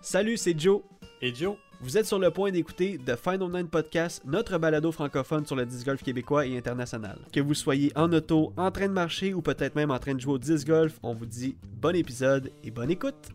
Salut, c'est Joe. Et Joe, Vous êtes sur le point d'écouter The Final Nine Podcast, notre balado francophone sur le disc golf québécois et international. Que vous soyez en auto, en train de marcher ou peut-être même en train de jouer au disc golf, on vous dit bon épisode et bonne écoute.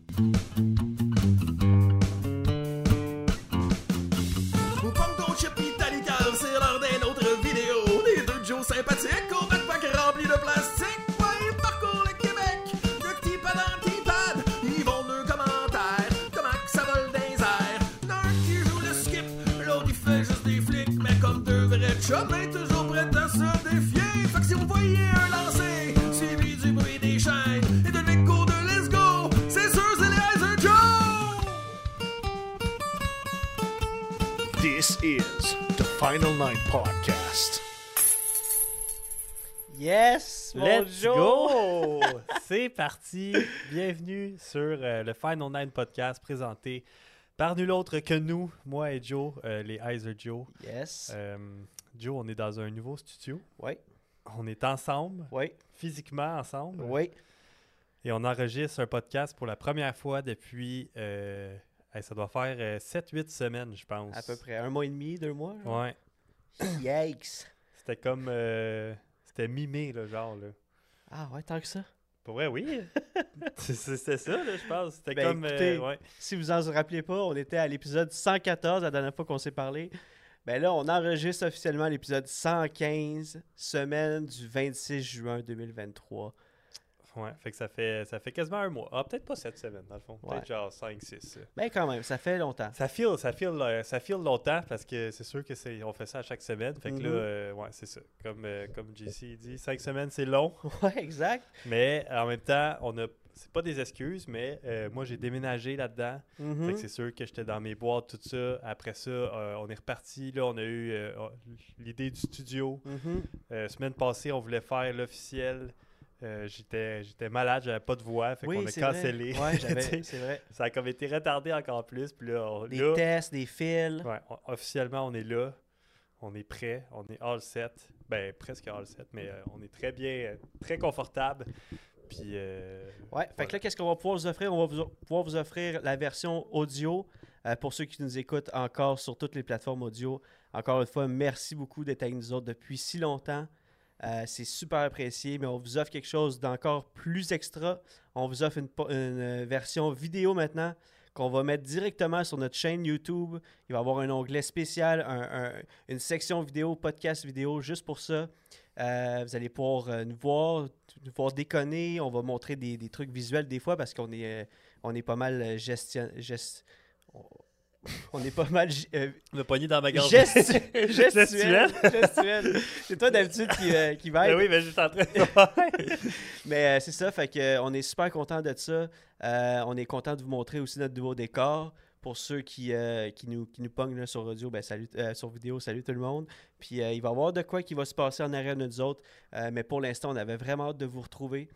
Vous pomme ton chip Italie car c'est l'heure d'un autre vidéo. Les deux Joe sympathiques au backpack rempli de plastique. Ouais, ils parcourent le Québec. De petits pas dans petits pads. Ils vont deux commentaires. Comment que ça vole dans les airs. L'un qui joue le skip, l'autre il fait juste des flics. Mais comme deux vrais chums, ils sont toujours prêts à se défier. Fait que si vous voyez un lancer, suivi du bruit des chaînes et de l'écho de Let's Go, c'est sûr c'est les Heiser Joe! This is the Final Nine Podcast. Yes, mon let's Joe! go! C'est parti. Bienvenue sur euh, le Final Nine Podcast présenté par nul autre que nous, moi et Joe, euh, les Heiser Joe. Yes. Euh, Joe, on est dans un nouveau studio. Oui, On est ensemble, oui, physiquement ensemble. oui. Et on enregistre un podcast pour la première fois depuis. euh, hey, ça doit faire 7-8 semaines, je pense. À peu près un mois et demi, deux mois. genre. Ouais. Yikes! C'était comme. euh, C'était mimé, le genre, là. Ah ouais, tant que ça. Pour vrai, oui. C'est- c'est- C'était ça, là, je pense. C'était Ben, comme. euh, écoutez, ouais. Si vous en vous rappelez pas, on était à l'épisode 114 la dernière fois qu'on s'est parlé. Ben là, on enregistre officiellement l'épisode 115, semaine du 26 juin 2023. Ouais, fait que ça fait, ça fait quasiment un mois. Ah, peut-être pas cette semaine, dans le fond. Peut-être Ouais. genre 5, 6. Ben quand même, ça fait longtemps. Ça file, ça file, euh, ça file longtemps parce que c'est sûr que c'est, on fait ça à chaque semaine. Fait que là, Mhm. euh, ouais, c'est ça. Comme, euh, comme JC dit, 5 semaines, c'est long. Ouais, exact. Mais en même temps, on a. C'est pas des excuses, mais euh, moi j'ai déménagé là-dedans. Fait que Mhm. c'est sûr que j'étais dans mes boîtes, tout ça. Après ça, euh, on est reparti. Là, on a eu euh, l'idée du studio. Mhm. Euh, semaine passée, on voulait faire l'officiel. Euh, j'étais, j'étais malade, j'avais pas de voix, fait qu'on a c'est vrai. cancellé. Ouais, Tu j'avais- sais, c'est vrai. ça a comme été retardé encore plus. Puis là, on- Des là, tests, des fils. ouais, on- officiellement, on est là. On est prêt. On est all set. Ben, presque all set, mais euh, on est très bien, euh, très confortable. Puis. euh, Ouais, fait voilà. que là, qu'est-ce qu'on va pouvoir vous offrir? On va vous, pouvoir vous offrir la version audio euh, pour ceux qui nous écoutent encore sur toutes les plateformes audio. Encore une fois, merci beaucoup d'être avec nous autres depuis si longtemps. Euh, c'est super apprécié, mais on vous offre quelque chose d'encore plus extra. On vous offre une, po- une, euh, version vidéo maintenant qu'on va mettre directement sur notre chaîne YouTube. Il va y avoir un onglet spécial, un- un- une section vidéo, podcast vidéo, juste pour ça. Euh, vous allez pouvoir euh, nous voir, nous voir déconner. On va montrer des, des trucs visuels des fois parce qu'on est, euh, on est pas mal euh, gestion... gest- on- On est pas mal gi- euh, Le poignet dans ma gorge. gestu- gestuel. Gestuel. gestuel. C'est toi d'habitude qui, euh, qui va Ben être. oui, mais j'étais en train de. Mais euh, c'est ça, fait que euh, on est super content de ça. Euh, on est content de vous montrer aussi notre nouveau décor. Pour ceux qui, euh, qui nous, qui nous pognent là, sur audio, ben, salut, euh, sur vidéo, salut tout le monde. Puis euh, il va y avoir de quoi qui va se passer en arrière de nous autres. Euh, mais pour l'instant, on avait vraiment hâte de vous retrouver.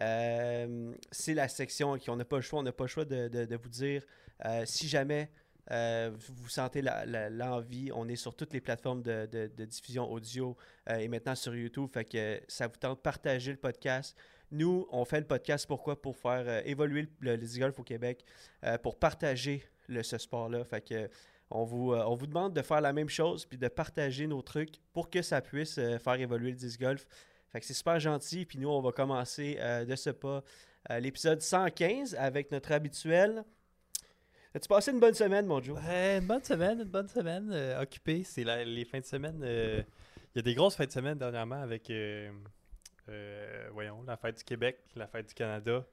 Euh, c'est la section qui on n'a pas le choix, on n'a pas le choix de, de- de vous dire euh, si jamais euh, vous sentez la- la- l'envie, on est sur toutes les plateformes de, de- de diffusion audio euh, et maintenant sur YouTube. Fait que ça vous tente de partager le podcast. Nous, on fait le podcast pourquoi? Pour faire euh, évoluer le, le disc golf au Québec, euh, pour partager le- ce sport-là. Fait que on vous, euh, on vous demande de faire la même chose puis de partager nos trucs pour que ça puisse euh, faire évoluer le disc golf. Fait que c'est super gentil. Puis nous, on va commencer euh, de ce pas euh, l'épisode 115 avec notre habituel. As-tu passé une bonne semaine, mon Joe? Euh, une bonne semaine, une bonne semaine euh, occupée. C'est la- les fins de semaine. euh, Il y a des grosses fins de semaine dernièrement avec, euh, euh, voyons, la fête du Québec, la fête du Canada,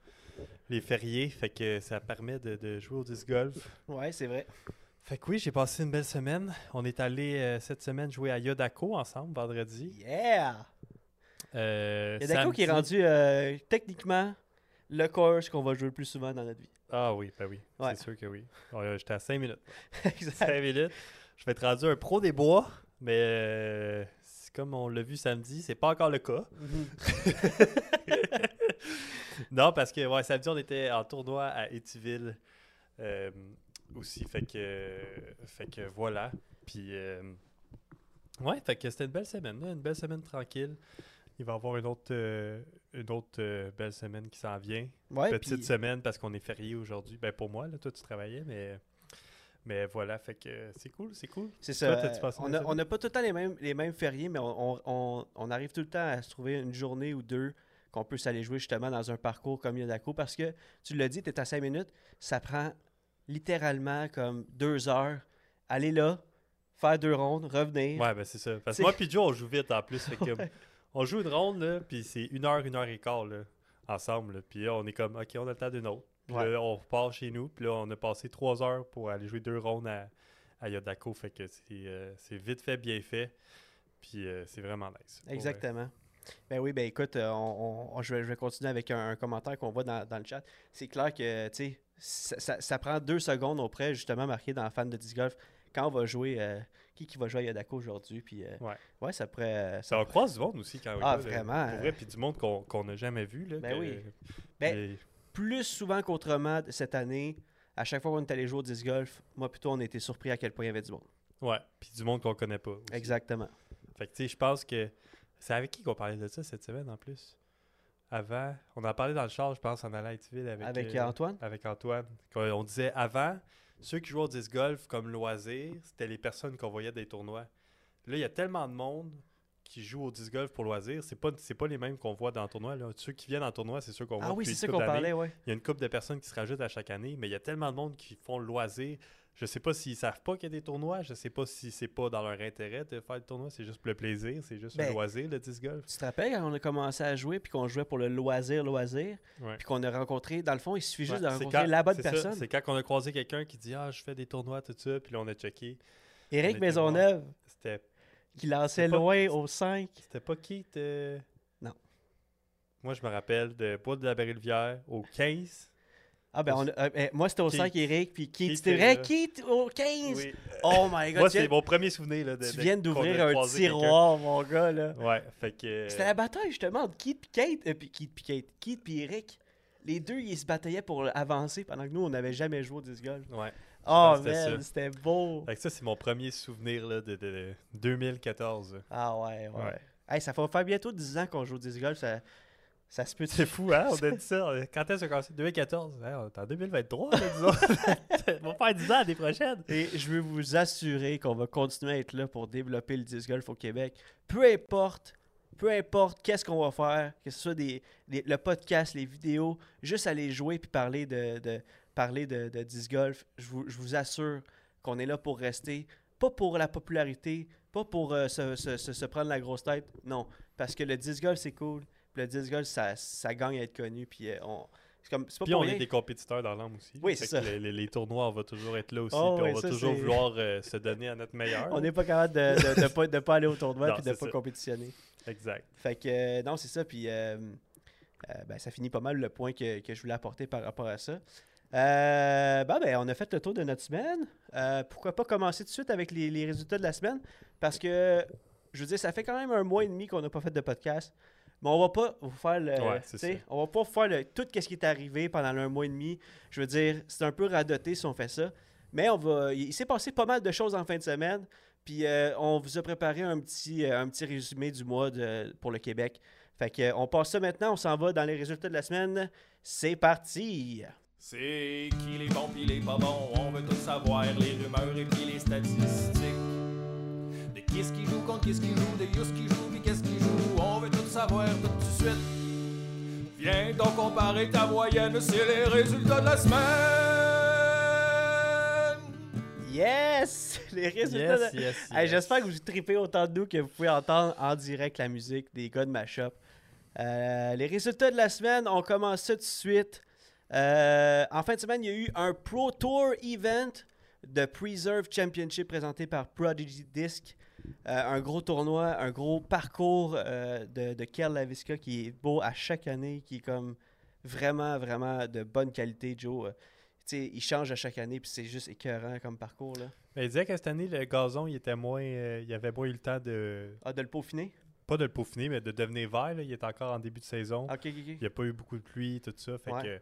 les fériés. Fait que ça permet de, de jouer au disc golf. Ouais, c'est vrai. Fait que oui, j'ai passé une belle semaine. On est allé euh, cette semaine jouer à Yodako ensemble vendredi. Yeah! Euh, Il y a Daco qui est samedi- rendu euh, techniquement le course qu'on va jouer le plus souvent dans notre vie. Ah oui, ben oui. Ouais. C'est sûr que oui. Oh, là, J'étais à 5 minutes. exact. 5 minutes. Je vais être rendu un pro des bois, mais euh, c'est comme on l'a vu samedi, c'est pas encore le cas. Mm-hmm. non, parce que ouais, samedi, on était en tournoi à Étiville euh, aussi. Fait que, fait que voilà. Puis, euh, ouais, fait que c'était une belle semaine, là, une belle semaine tranquille. Il va y avoir une autre, euh, une autre euh, belle semaine qui s'en vient. Ouais, Petite puis- semaine parce qu'on est férié aujourd'hui. Ben pour moi, là, toi tu travaillais, mais, mais voilà, fait que euh, c'est cool, c'est cool. C'est Toi, ça. t'as-tu passé on une a- semaine? on n'a pas tout le temps les mêmes, les mêmes fériés, mais on, on- on- on arrive tout le temps à se trouver une journée ou deux qu'on peut s'aller jouer justement dans un parcours comme Yodako parce que tu l'as dit, tu es à 5 minutes, ça prend littéralement comme deux heures. Aller là, faire deux rondes, revenir. Ouais, ben c'est ça. Parce C'est- que moi puis Joe, on joue vite en plus. Fait que, On joue une ronde, là, puis c'est une heure, une heure et quart là, ensemble. là. Puis là, on est comme, OK, on a le temps d'une autre. Puis Ouais. là, on repart chez nous. Puis là, on a passé trois heures pour aller jouer deux rondes à, à Yodako. Fait que c'est euh, c'est vite fait, bien fait. Puis euh, c'est vraiment nice. Pour, euh, Exactement. Ben oui, ben écoute, euh, on, on- on- je, vais, je vais continuer avec un, un commentaire qu'on voit dans, dans le chat. C'est clair que, tu sais, ça, ça- ça prend deux secondes auprès, justement, marqué dans Fan de Disc Golf, quand on va jouer, euh, qui qui va jouer à Yodako aujourd'hui, puis euh, Ouais. ça pourrait... euh, Ça recroise du monde aussi quand on est Ah, là, là, vraiment, Pour euh. vrai, puis du monde qu'on qu'on n'a jamais vu. Là, Ben oui. Ben, Ben, plus souvent qu'autrement cette année, à chaque fois qu'on est allé jouer au disc golf, moi plutôt on était surpris à quel point il y avait du monde. ouais, puis du monde qu'on connaît pas. aussi. Exactement. Fait que tu sais, je pense que. C'est avec qui qu'on parlait de ça cette semaine en plus Avant, on en parlait dans le char, je pense, en allant à Étiville avec, Avec, euh, Antoine? avec Antoine. Qu'on- On disait avant, ceux qui jouaient au disc golf comme loisir, c'était les personnes qu'on voyait des tournois. Là, il y a tellement de monde qui joue au disc golf pour loisir, c'est pas, c'est pas les mêmes qu'on voit dans le tournoi. Là. Ceux qui viennent en tournoi, c'est ceux qu'on voit Ah oui, depuis c'est ça une couple qu'on d'années. parlait, ouais. Il y a une couple de personnes qui se rajoutent à chaque année, mais il y a tellement de monde qui font le loisir. Je sais pas s'ils savent pas qu'il y a des tournois, je sais pas si c'est pas dans leur intérêt de faire des tournois, c'est juste pour le plaisir, c'est juste Ben, un loisir le disc golf. Tu te rappelles quand on a commencé à jouer puis qu'on jouait pour le loisir, loisir, Ouais. puis qu'on a rencontré, dans le fond, il suffit juste Ouais, de c'est rencontrer quand- la bonne c'est ça, personne. C'est quand on a croisé quelqu'un qui dit Ah, je fais des tournois, tout ça, puis là on a checké. on Éric était Maisonneuve C'était qui lançait C'est pas- loin au 5. c'était pas qui t'es- Non. Moi je me rappelle de Bois de la Rivière au 15. Ah ben, on a- euh, euh, moi c'était au Keith. 5 Éric puis Keith, Keith c'était est vrai là. Keith au 15. Oui. Oh my god, Moi tu, c'est viens, mon premier souvenir là, de, tu de- viens qu'on a d'ouvrir un croisé quelqu'un. Euh, tiroir mon gars là. Ouais, fait que C'était la bataille justement entre Keith et Kate. Euh, puis Keith puis Kate. Keith puis Eric. Les deux, ils se bataillaient pour avancer pendant que nous, on n'avait jamais joué au disc golf. ouais. Oh pense que Ah, c'était man, ça. c'était beau. Fait que ça, c'est mon premier souvenir là, de, de- de 2014. Ah ouais, ouais. Ouais. Hey, ça va faire bientôt 10 ans qu'on joue au disc golf. Ça, ça se peut. C'est fou, hein? On a dit ça. on- Quand est-ce qu'on a commencé? 2014. Hein, on est en 2023, là, disons. on va faire 10 ans l'année prochaine. Et je veux vous assurer qu'on va continuer à être là pour développer le disc golf au Québec. Peu importe, peu importe qu'est-ce qu'on va faire, que ce soit des, des- le podcast, les vidéos, juste aller jouer puis parler de, de- parler de, de disc golf. Je vous, je vous assure qu'on est là pour rester, pas pour la popularité, pas pour euh, se, se- se- se prendre la grosse tête, non. Parce que le disc golf, c'est cool. puis le disc golf, ça, ça gagne à être connu. Puis euh, on, c'est comme, c'est pas Puis pour on rien. est des compétiteurs dans l'âme aussi. Oui, Fait c'est que ça. Les, les- les tournois, on va toujours être là aussi. Oh, puis ouais, on va ça, toujours c'est- vouloir euh, se donner à notre meilleur. On n'est pas capable de ne de, pas, de pas aller au tournoi Non, puis de c'est pas ça. compétitionner. Exact. Fait que, euh, non, c'est ça. Puis, euh, euh, ben, ça finit pas mal le point que, que je voulais apporter par rapport à ça. Euh, bon, ben, on a fait le tour de notre semaine. Euh, pourquoi pas commencer tout de suite avec les, les résultats de la semaine? Parce que, je veux dire, ça fait quand même un mois et demi qu'on n'a pas fait de podcast. Mais on va pas vous faire le. Ouais, tu c'est sais, ça. on va pas vous faire le, tout ce qui est arrivé pendant un mois et demi. Je veux dire, c'est un peu radoté si on fait ça. Mais on va, il il s'est passé pas mal de choses en fin de semaine. Puis euh, on vous a préparé un petit, euh, un petit résumé du mois de- pour le Québec. Fait que, euh, on passe ça maintenant, on s'en va dans les résultats de la semaine. C'est parti! C'est qui les bons pis les pas bons, on veut tout savoir, les rumeurs et puis les statistiques. De qui est-ce qui joue, contre qui est-ce qui joue, de Yus qui joue, pis qu'est-ce qui joue, on veut tout savoir tout de suite. Viens donc comparer ta moyenne, c'est les résultats de la semaine! Yes! Les résultats Yes, de- yes, Hey, yes. J'espère que vous tripez autant de nous que vous pouvez entendre en direct la musique des gars de Mashup. Euh, les résultats de la semaine, on commence ça tout de suite. Euh, en fin de semaine, il y a eu un Pro Tour Event de Preserve Championship présenté par Prodigy Disc. Euh, un gros tournoi, un gros parcours euh, de, de Kerl Laviska qui est beau à chaque année, qui est comme vraiment, vraiment de bonne qualité, Joe. Euh, tu sais, il change à chaque année, puis c'est juste écœurant comme parcours. Là. Mais il disait que cette année, le gazon, il était moins. euh, il avait moins eu le temps de. Ah, de le peaufiner? Pas de le peaufiner, mais de devenir vert. là. Il est encore en début de saison. Ok, ok, ok. Il n'y a pas eu beaucoup de pluie, tout ça. Fait Ouais. que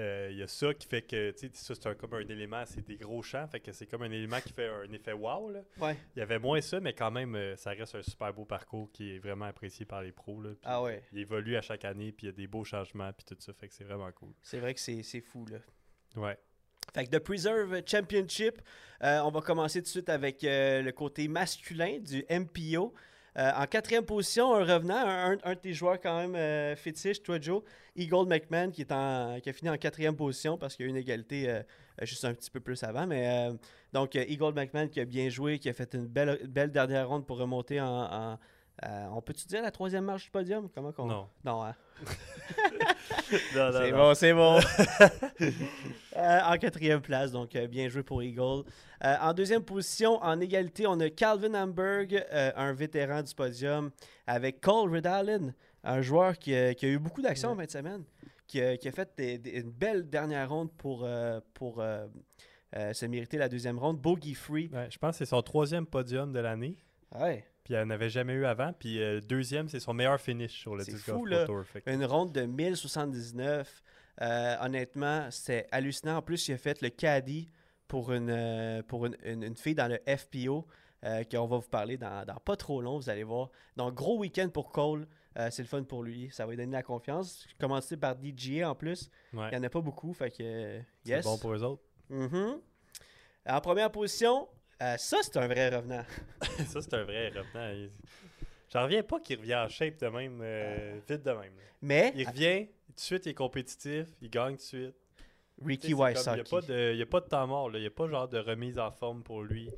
Euh, Il y a ça qui fait que, tu sais, ça c'est un- comme un élément, c'est des gros champs, fait que c'est comme un élément qui fait un effet wow. Là. Ouais. Il y avait moins ça, mais quand même, euh, ça reste un super beau parcours qui est vraiment apprécié par les pros. Là, puis Ah ouais. Il évolue à chaque année, puis il y a des beaux changements, puis tout ça, fait que c'est vraiment cool. C'est vrai que c'est c'est fou, là. Ouais. Fait que The Preserve Championship, euh, on va commencer tout de suite avec euh, le côté masculin du MPO. Euh, en quatrième position, un revenant, un, un- un de tes joueurs quand même euh, fétiche, toi Joe, Eagle McMahon, qui, est en, qui a fini en quatrième position parce qu'il y a eu une égalité euh, euh, juste un petit peu plus avant. Mais euh, donc, euh, Eagle McMahon qui a bien joué, qui a fait une belle, belle dernière ronde pour remonter en. en- euh, on peut-tu dire la troisième marche du podium? Comment qu'on... Non. Non, hein? Non, non, C'est non. bon, c'est bon. Ah Euh, en quatrième place, donc euh, bien joué pour Eagle. Euh, en deuxième position, en égalité, on a Calvin Hamburg, euh, un vétéran du podium, avec Cole Riddalen, un joueur qui, a- qui a eu beaucoup d'actions en fin de semaine, qui, a- qui a fait des- des- une belle dernière ronde pour, euh, pour euh, euh, se mériter la deuxième ronde. Bogey Free. Ouais, je pense que c'est son troisième podium de l'année. Ah Ouais. Puis elle n'avait jamais eu avant. Puis euh, le deuxième, c'est son meilleur finish sur le C'est Disc fou, Golf Pro là. Tour. Fait que- Une ronde de 1079. Euh, honnêtement, c'est hallucinant. En plus, il a fait le caddie pour une, euh, pour une, une- une fille dans le FPO, euh, qu'on va vous parler dans, dans pas trop long, vous allez voir. Donc, gros week-end pour Cole. Euh, c'est le fun pour lui. Ça va lui donner la confiance. Commencé par DJA en plus. ouais, Il n'y en a pas beaucoup, fait que euh, c'est yes. bon pour eux autres. Mhm. En première position, euh, ça, c'est un vrai revenant. ça, c'est un vrai revenant. Il- J'en reviens pas qu'il revient en shape de même, euh, Ah. vite de même. là. Mais Il revient, tout de suite, il est compétitif, il gagne tout de suite. Ricky Tu sais, c'est comme, Il n'y a, Wysocki. pas de- il y a pas de temps mort, là. il n'y a pas genre de remise en forme pour lui.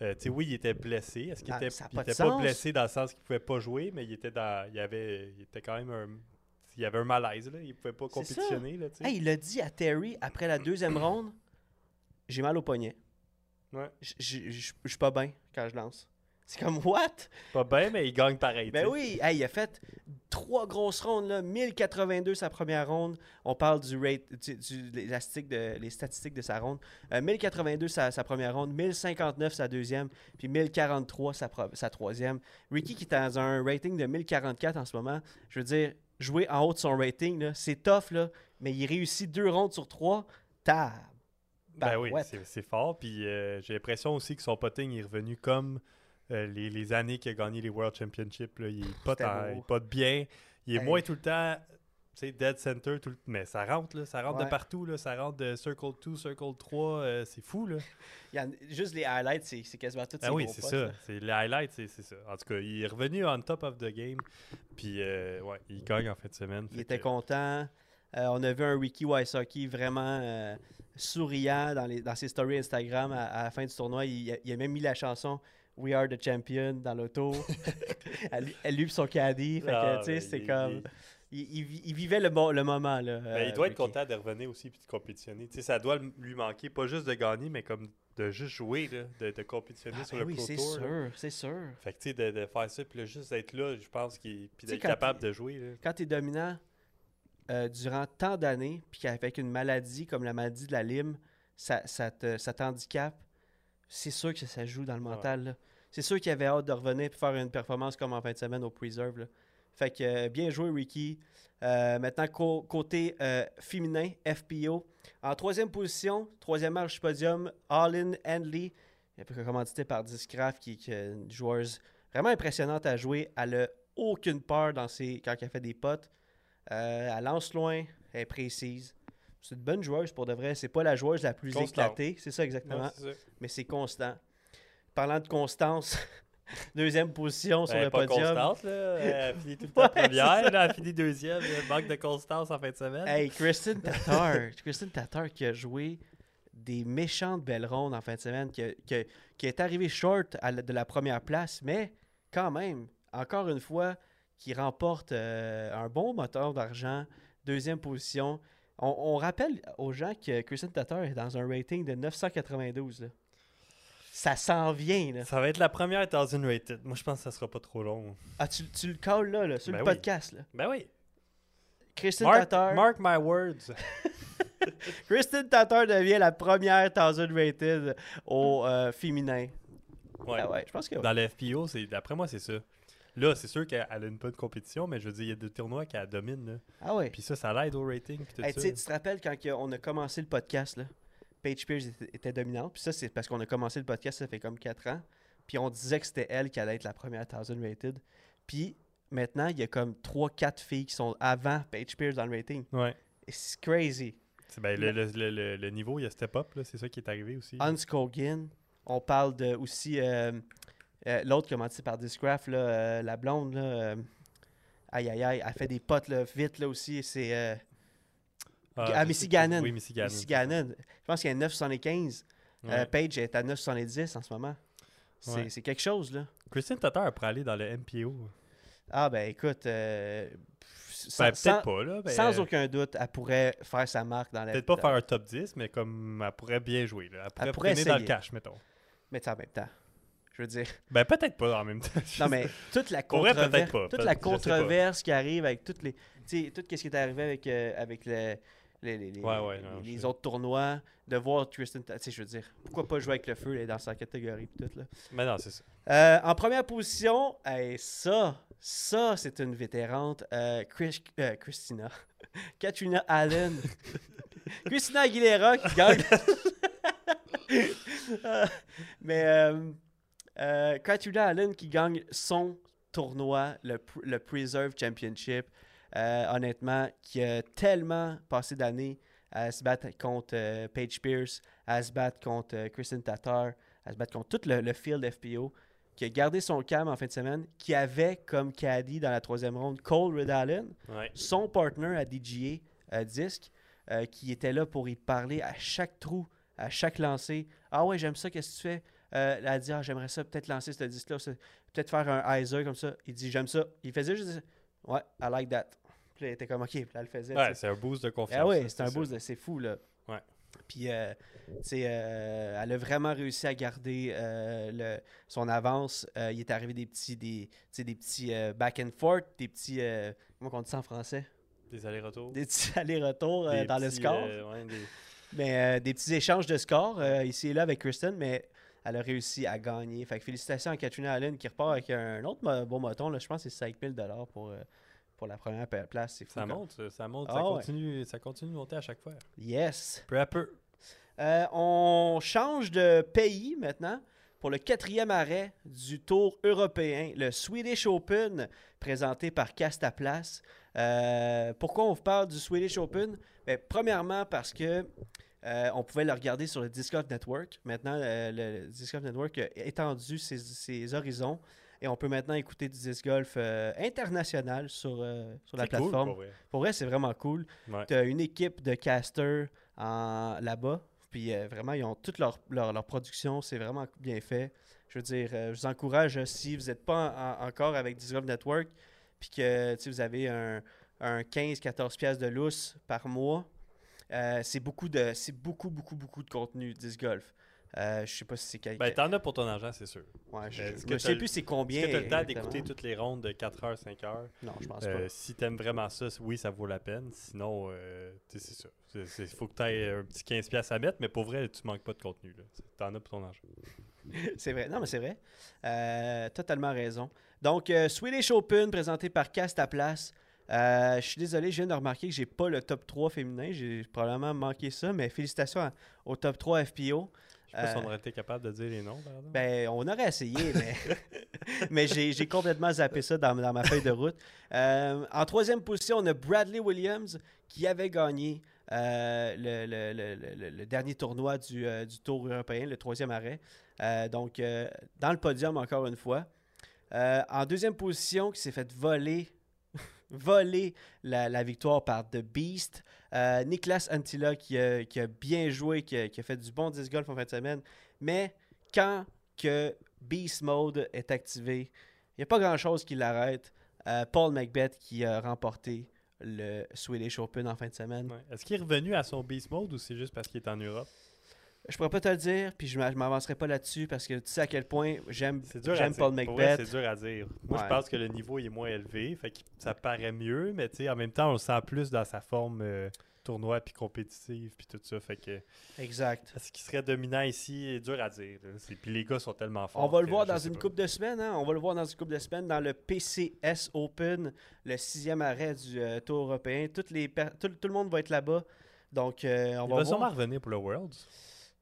Euh, tu sais, oui, il était blessé. Est-ce qu'il Ah, était, ça a il pas de était pas sens. blessé dans le sens qu'il ne pouvait pas jouer, mais il était dans. Il avait, il était quand même un. Il avait un malaise, là. il ne pouvait pas C'est ça. compétitionner. Là, tu sais. Hey, il a dit à Terry après la deuxième ronde J'ai mal au poignet. Ouais. Je- Je je- je suis pas bien quand je lance. C'est comme, what? Pas bien, mais il gagne pareil. Ben tu sais. oui, hey, il a fait trois grosses rondes, là. 1082 sa première ronde. On parle du rate, du- du- les, statistiques de, les statistiques de sa ronde. Euh, 1082 sa, sa première ronde, 1059 sa deuxième, puis 1043 sa, pro- sa troisième. Ricky qui est dans un rating de 1044 en ce moment, je veux dire, jouer en haut de son rating, là, c'est tough, là, mais il réussit deux rondes sur trois. Tab. Ben oui, Barouette. c'est- c'est fort. Puis euh, j'ai l'impression aussi que son potting est revenu comme euh, les, les années qu'il a gagné les World Championships. là. Il pote, C'était en- beau. il pote bien. Il est Hey. moins tout le temps, tu sais, dead center. Tout le- Mais ça rentre, là. Ça rentre Ouais. de partout, là. Ça rentre de circle 2, circle 3. euh, c'est fou, là. Il y en- juste les highlights, c'est c'est quasiment tout. Ah oui, c'est ça. C'est le highlight, c'est c'est ça. En tout cas, il est revenu on top of the game. Puis, euh, ouais, il gagne en fin de semaine. Il Fait était que- content. Euh, on a vu un Ricky Wysocki vraiment euh, souriant dans, les, dans ses stories Instagram à, à la fin du tournoi. Il, a- il a même mis la chanson We Are the Champion dans l'auto. elle, lui- elle lui pis son caddie. Fait que, Ah, tu sais, ben, c'était il- comme. il- Il, il vi- il vivait le, mo- le moment. Là, Ben, euh, il doit être Ricky. content de revenir aussi puis de compétitionner. Tu sais, ça doit le- lui manquer, pas juste de gagner, mais comme de juste jouer, là, de, de compétitionner Ah, sur ben le oui, Pro c'est Tour. hein. là. sûr, c'est sûr. Fait que tu sais, de, de faire ça, puis là, juste d'être là, je pense qu'il Tu puis sais, d'être quand capable il- de jouer. là. Quand tu es dominant euh, durant tant d'années, puis qu'avec une maladie comme la maladie de la lime, ça, ça te- ça t'handicape, c'est sûr que ça joue dans le mental. là. C'est sûr qu'il avait hâte de revenir et faire une performance comme en fin de semaine au Preserve. là. Fait que euh, bien joué, Ricky. Euh, maintenant, cô- côté euh, féminin, FPO. En troisième position, troisième marche du podium, Arlene Handley, euh, commanditée par Discraft, qui, qui est une joueuse vraiment impressionnante à jouer. Elle a aucune peur dans ses, quand elle fait des potes. Euh, elle lance loin, elle est précise. C'est une bonne joueuse pour de vrai. C'est pas la joueuse la plus Constante. éclatée. C'est ça exactement. Non, c'est ça. mais c'est constant. Parlant de constance, deuxième position sur Elle est le Ben, pas podium. constante, là. Euh, Elle finit tout le Ouais, temps c'est ça. première, là, elle finit deuxième. là. Manque de constance en fin de semaine. Hey, Christine Tatar. Christine Tatar qui a joué des méchantes belles rondes en fin de semaine, qui, a- qui a- qui est arrivée short à la- de la première place, mais quand même, encore une fois, qui remporte euh, un bon moteur d'argent, deuxième position. On, on rappelle aux gens que Christine Tatar est dans un rating de 992. là. Ça s'en vient. Là. Ça va être la première 1000 rated. Moi, je pense que ça sera pas trop long. Ah, tu, tu le calls là, là, sur le Ben oui. podcast. Là. Ben oui. Christine Mark, Tatar. mark my words. Christine Tatar devient la première 1000 rated au euh, féminin. Ouais. Ah ouais, je pense que oui. Dans le FPO, c'est- d'après moi, c'est ça. Là, c'est sûr qu'elle elle a une bonne compétition, mais je veux dire, il y a des tournois qu'elle domine. là. Ah ouais. Puis ça, ça l'aide au rating. Puis tout Hey, tu ça. sais, tu te rappelles quand que on a commencé le podcast, là, Paige Pierce était, était dominante. Puis ça, c'est parce qu'on a commencé le podcast, ça fait comme 4 ans. Puis on disait que c'était elle qui allait être la première 1000 rated. Puis maintenant, il y a comme 3-4 filles qui sont avant Paige Pierce dans le rating. Ouais. C'est crazy. C'est- ben, le, le, le- le- le niveau, il y a step up, là, c'est ça qui est arrivé aussi. Hans Kogan, on parle de aussi euh, euh, l'autre commenté par Discraft, là, euh, la blonde. Là, euh, aïe aïe aïe, elle fait des potes là, vite là aussi. C'est. euh, à Ah, je sais Michiganen. que- Oui, Michiganen. ah, Missy Gannon. Je pense qu'il y a 975. Ouais. Euh, Page est à 970 en ce moment. C'est Ouais. c'est quelque chose, là. Christine Tatar pourrait aller dans le MPO. Ah, ben écoute, euh, pff, sans, Ben, peut-être sans- pas, là. ben, sans aucun doute, elle pourrait faire sa marque dans la. Peut-être pas dans- faire un top 10, mais comme elle pourrait bien jouer. Là. Elle pourrait, pourrait traîner dans le essayer. cash, mettons. Mais tu sais, en même temps. Je veux dire. Ben, peut-être pas en même temps. Non, mais toute la Pour vrai, controverse, peut-être pas. toute la Peut-être- je sais pas. controverse qui arrive avec toutes les. Tu sais, tout ce qui est arrivé avec, euh, avec le- les, les- les- Ouais, ouais, les- non, je les sais. autres tournois, de voir Tristan. Tu sais, je veux dire, pourquoi pas jouer avec le feu là, dans sa catégorie, pis tout, là. Mais non, c'est ça. Euh, en première position, hey, ça, ça, c'est une vétérante. euh, Chris- euh, Christina. Katrina Allen. Christina Aguilera qui gagne. Euh, Mais euh, euh, Katrina Allen qui gagne son tournoi, le, pr- le Preserve Championship. Euh, honnêtement, qui a tellement passé d'années à se battre contre euh, Paige Pierce, à se battre contre euh, Kristen Tatar, à se battre contre tout le, le field FPO, qui a gardé son calme en fin de semaine, qui avait comme caddie dans la troisième ronde Cole Red Allen, Ouais. son partner à DGA euh, Disc, euh, qui était là pour y parler à chaque trou, à chaque lancer. Ah ouais, j'aime ça, qu'est-ce que tu fais? Euh, elle a dit, ah, j'aimerais ça, peut-être lancer ce disque-là, ça- peut-être faire un hyzer comme ça. Il dit, j'aime ça. Il faisait juste ça. Ouais, I like that. Puis là, il était comme, ok, puis là, elle le faisait. tu Ouais, sais. c'est un boost de confiance. Ah ouais, là, c'est un ça. boost, de- c'est fou là. Ouais. Puis, euh, tu sais, euh, elle a vraiment réussi à garder euh, le- son avance. Euh, il est arrivé des petits, des, tu sais, des petits euh, back and forth, des petits, euh, comment on dit ça en français? Des allers-retours. Des petits allers-retours euh, Des dans le petits, score. euh, ouais, des- Mais euh, des petits échanges de scores euh, ici et là avec Kristen, mais elle a réussi à gagner. Fait que félicitations à Katrina Allen qui repart avec un autre mo- beau moton. Là, je pense que c'est 5000 pour, euh, pour la première pa- place. C'est fou. Ça comme- monte, ça, ça monte, Ah ça, ouais. continue, ça continue de monter à chaque fois. Yes! Peu à peu. Euh, on change de pays maintenant pour le quatrième arrêt du Tour européen, le Swedish Open, présenté par Castaplace. Euh, pourquoi on vous parle du Swedish Open? Ben, premièrement, parce que euh, on pouvait le regarder sur le Discord Network. Maintenant, euh, le Discord Network a étendu ses, ses horizons et on peut maintenant écouter du disc golf euh, international sur, euh, sur la C'est cool, plateforme. pour vrai. Pour vrai, c'est vraiment cool. Ouais. Tu as une équipe de casters en- là-bas. Puis euh, vraiment, ils ont toute leur, leur, leur production. C'est vraiment bien fait. Je veux dire, euh, je vous encourage, euh, si vous n'êtes pas en- en- encore avec Disrupt Network, puis que tu sais, vous avez un, un 15-14 piastres de lousse par mois, euh, c'est beaucoup, de, c'est beaucoup, beaucoup, beaucoup de contenu disc golf. Euh, je sais pas si c'est quel... Ben, t'en as pour ton argent, c'est sûr. ouais, je, ben, est-ce je que sais t'as- plus c'est Bien, combien. Est-ce que t'as le temps exactement. d'écouter toutes les rondes de 4h, 5h? Non, je pense Euh, pas. si t'aimes vraiment ça, c- oui, ça vaut la peine. Sinon, euh, tu sais, c'est ça. C'est- c'est- faut que t'aies un petit 15$ à mettre, mais pour vrai, tu manques pas de contenu. là. T'en as pour ton argent. C'est vrai. Non, mais c'est vrai. Euh, totalement raison. Donc, euh, Swedish Open présenté par Castaplace. Euh, je suis désolé, je viens de remarquer que j'ai pas le top 3 féminin. J'ai probablement manqué ça, mais félicitations à- au top 3 FPO. Je sais pas si Euh, on aurait été capable de dire les noms, par exemple. Ben, on aurait essayé, mais, mais j'ai j'ai complètement zappé ça dans, dans ma feuille de route. Euh, en troisième position, on a Bradley Williams qui avait gagné euh, le, le- le- le- le- le dernier tournoi du, euh, du Tour européen, le troisième arrêt. Euh, donc, euh, dans le podium encore une fois. Euh, en deuxième position, qui s'est fait voler, voler la, la victoire par The Beast. Euh, Nicolas Antila qui a, qui a bien joué, qui a, qui a fait du bon disc golf en fin de semaine. Mais quand que Beast Mode est activé, il n'y a pas grand-chose qui l'arrête. Euh, Paul Macbeth qui a remporté le Swedish Open en fin de semaine. Ouais. Est-ce qu'il est revenu à son beast mode ou c'est juste parce qu'il est en Europe? Je pourrais pas te le dire, puis je m'a- je m'avancerai pas là-dessus parce que tu sais à quel point j'aime C'est dur à j'aime dire. Paul Pour vrai, Macbeth. C'est dur à dire. Moi, Ouais. je pense que le niveau il est moins élevé, fait que ça paraît mieux, mais tu sais, en même temps, on le sent plus dans sa forme euh, tournoi puis compétitive puis tout ça. Fait que Exact. ce qui serait dominant ici est dur à dire. là. C'est- Puis les gars sont tellement forts. On va le que voir je dans sais une pas. coupe de semaines. hein. On va le voir dans une coupe de semaines dans le PCS Open, le sixième arrêt du euh, Tour européen. Toutes les per- tout, tout le monde va être là-bas. Donc, euh, on Il va, va voir. sûrement revenir pour le Worlds.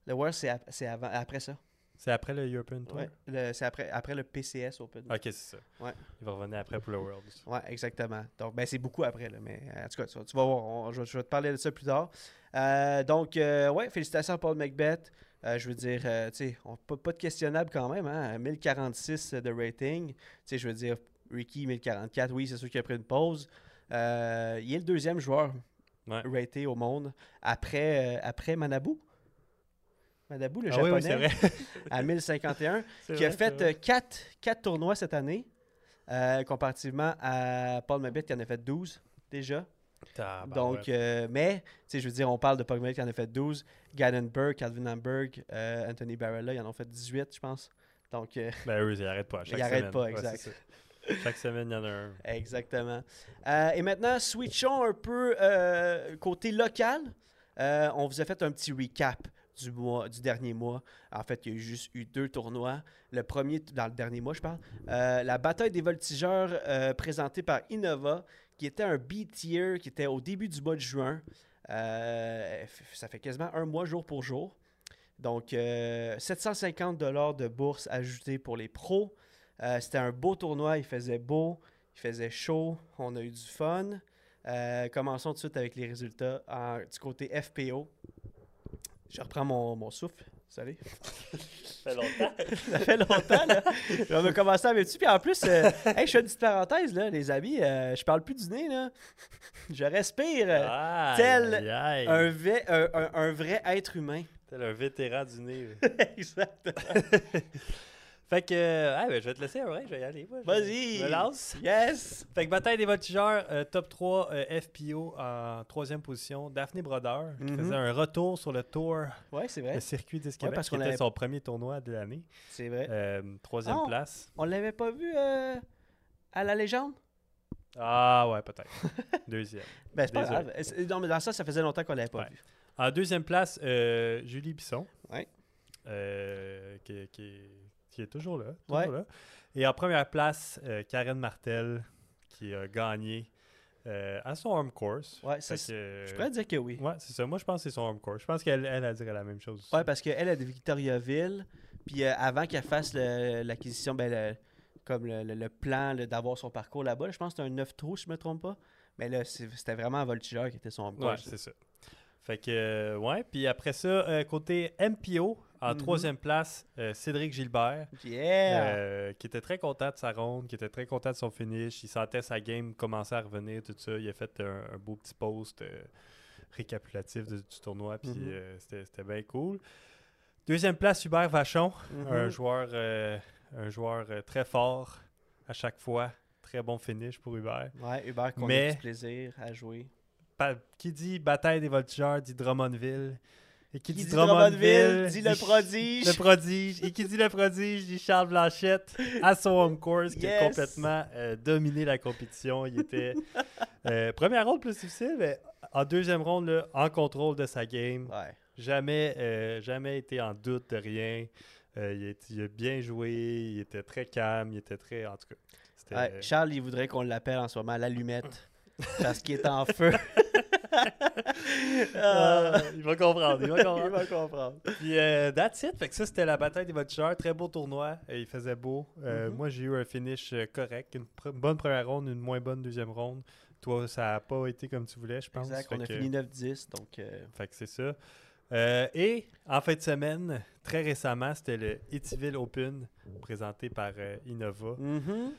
Le World, c'est ap- c'est avant- après ça. C'est après le European Tour. Ouais. Le- C'est après, après le PCS Open. Ok, c'est ça. Ouais. Ah Il va revenir après pour le Worlds. Ouais, exactement. Donc, ben, c'est beaucoup après, là, mais euh, en tout cas, tu, vas- tu vas voir, on- je, vais- je vais te parler de ça plus tard. Euh, donc, euh, ouais, félicitations à Paul Macbeth. Euh, je veux dire, euh, tu sais, on- pas, pas de questionnable quand même, hein, 1046 de rating. Tu sais, je veux dire, Ricky, 1044, oui, c'est sûr qu'il a pris une pause. Euh, il est le deuxième joueur Ouais. raté au monde après, euh, après Manabu. Manabu, le Ah oui, japonais, oui, c'est vrai. à 1051 C'est qui a vrai, fait c'est vrai. 4 quatre, quatre tournois cette année, euh, comparativement à Paul Mabit qui en a fait 12 déjà. Tabarouette. Donc, euh, mais, tu sais, je veux dire, on parle de Paul Mabit qui en a fait 12, Gannon Burke, Calvin Hamburg, euh, Anthony Barella, ils en ont fait 18, je pense. Donc, euh, Ben eux, ils n'arrêtent pas. à Chaque Ils arrêtent semaine. pas, Ouais, exact. c'est ça. Chaque semaine, il y en a un. exactement. Euh, et maintenant, switchons un peu euh, côté local. Euh, on vous a fait un petit recap du mois, du dernier mois. En fait, il y a eu juste eu deux tournois. Le premier, dans le dernier mois, je parle. Euh, la bataille des voltigeurs euh, présentée par Innova, qui était un B-tier, qui était au début du mois de juin. Euh, f- ça fait quasiment un mois jour pour jour. Donc, euh, 750 de bourse ajoutée pour les pros. Euh, C'était un beau tournoi, il faisait beau, il faisait chaud, on a eu du fun. Euh, commençons tout de suite avec les résultats en- du côté FPO. Je reprends mon, mon souffle. Salut. Ça fait longtemps. Ça fait longtemps, là. On va commencer avec dessus. Puis en plus, euh, hey, je fais une petite parenthèse, là, les amis. euh, je parle plus du nez, là. Je respire. euh, tel Un, vrai, un- un- un vrai être humain. Tel un vétéran du nez. exact. Fait que, euh, ah, ben, je vais te laisser, ouais, je vais y aller. moi, je- Vas-y. Je me lance. Yes. Fait que Bataille des Voltigeurs, euh, top 3 euh, FPO en troisième position. Daphné Brodeur, qui Mhm. faisait un retour sur le tour, Ouais, c'est vrai. le circuit 10 Ouais, Québec, parce qui qu'on était l'avait- son premier tournoi de l'année. C'est vrai. Euh, troisième Ah, on- place. On l'avait pas vu euh, à la légende? Ah ouais, peut-être. Deuxième. Ben, c'est pas Désolé. grave. C'est- Non, mais dans ça, ça faisait longtemps qu'on l'avait pas Ouais. vu. En deuxième place, euh, Julie Bisson. Ouais. Euh, qui, qui- qui est toujours là. Ouais. toujours là. Et en première place, euh, Karen Martel, qui a gagné euh, à son home course. Ouais, ça, Fait c'est- que- Je pourrais dire que oui. Euh, Ouais, c'est ça. Moi, je pense que c'est son home course. Je pense qu'elle elle, elle dirait la même chose. aussi. Ouais, parce qu'elle est de Victoriaville. Puis euh, avant qu'elle fasse le- l'acquisition, ben, le- comme le, le- le plan là, d'avoir son parcours là-bas, là, je pense que c'est un 9 trous, si je me trompe pas. Mais là, c'est- c'était vraiment un voltigeur qui était son Ouais, coach. c'est ça. Fait que, euh, ouais. Puis après ça, euh, côté MPO, en Mhm. troisième place, euh, Cédric Gilbert. Yeah! Euh, qui était très content de sa ronde, qui était très content de son finish. Il sentait sa game commencer à revenir, tout ça. Il a fait euh, un, un beau petit post euh, récapitulatif de- du tournoi, puis Mhm. euh, c'était- c'était bien cool. Deuxième place, Hubert Vachon, Mhm. un joueur, euh, un joueur euh, très fort à chaque fois. Très bon finish pour Hubert. Ouais, Hubert, qu'on a mais- du plaisir à jouer. Pa- qui dit bataille des voltigeurs dit Drummondville. Et qui, Qui dit dit Drummondville, Drummondville dit le Ch- prodige. Le prodige. Et qui dit le prodige dit Charles Blanchette à son home course qui a Yes. complètement euh, dominé la compétition. Il était euh, première ronde plus difficile, mais en deuxième ronde là, en contrôle de sa game. Ouais. Jamais, euh, jamais été en doute de rien. Euh, il, est- il a bien joué. Il était très calme. Il était très, en tout cas. c'était- euh, Ouais, Charles, il voudrait qu'on l'appelle en ce moment l'allumette. parce qu'il est en feu. Ah, Ah. il va comprendre. Il va comprendre. comprendre. Puis, euh, that's it. Fait que ça, c'était la bataille des voltigeurs. Très beau tournoi. Et il faisait beau. Euh, Mhm. Moi, j'ai eu un finish euh, correct. Une pre- bonne première ronde, une moins bonne deuxième ronde. Toi, ça n'a pas été comme tu voulais, je pense. Exact, Fait on a que- fini 9-10, donc... euh, Fait que c'est ça. Euh, et en fin de semaine, très récemment, c'était le Etiville Open présenté par euh, Innova. Mm-hmm. mhm.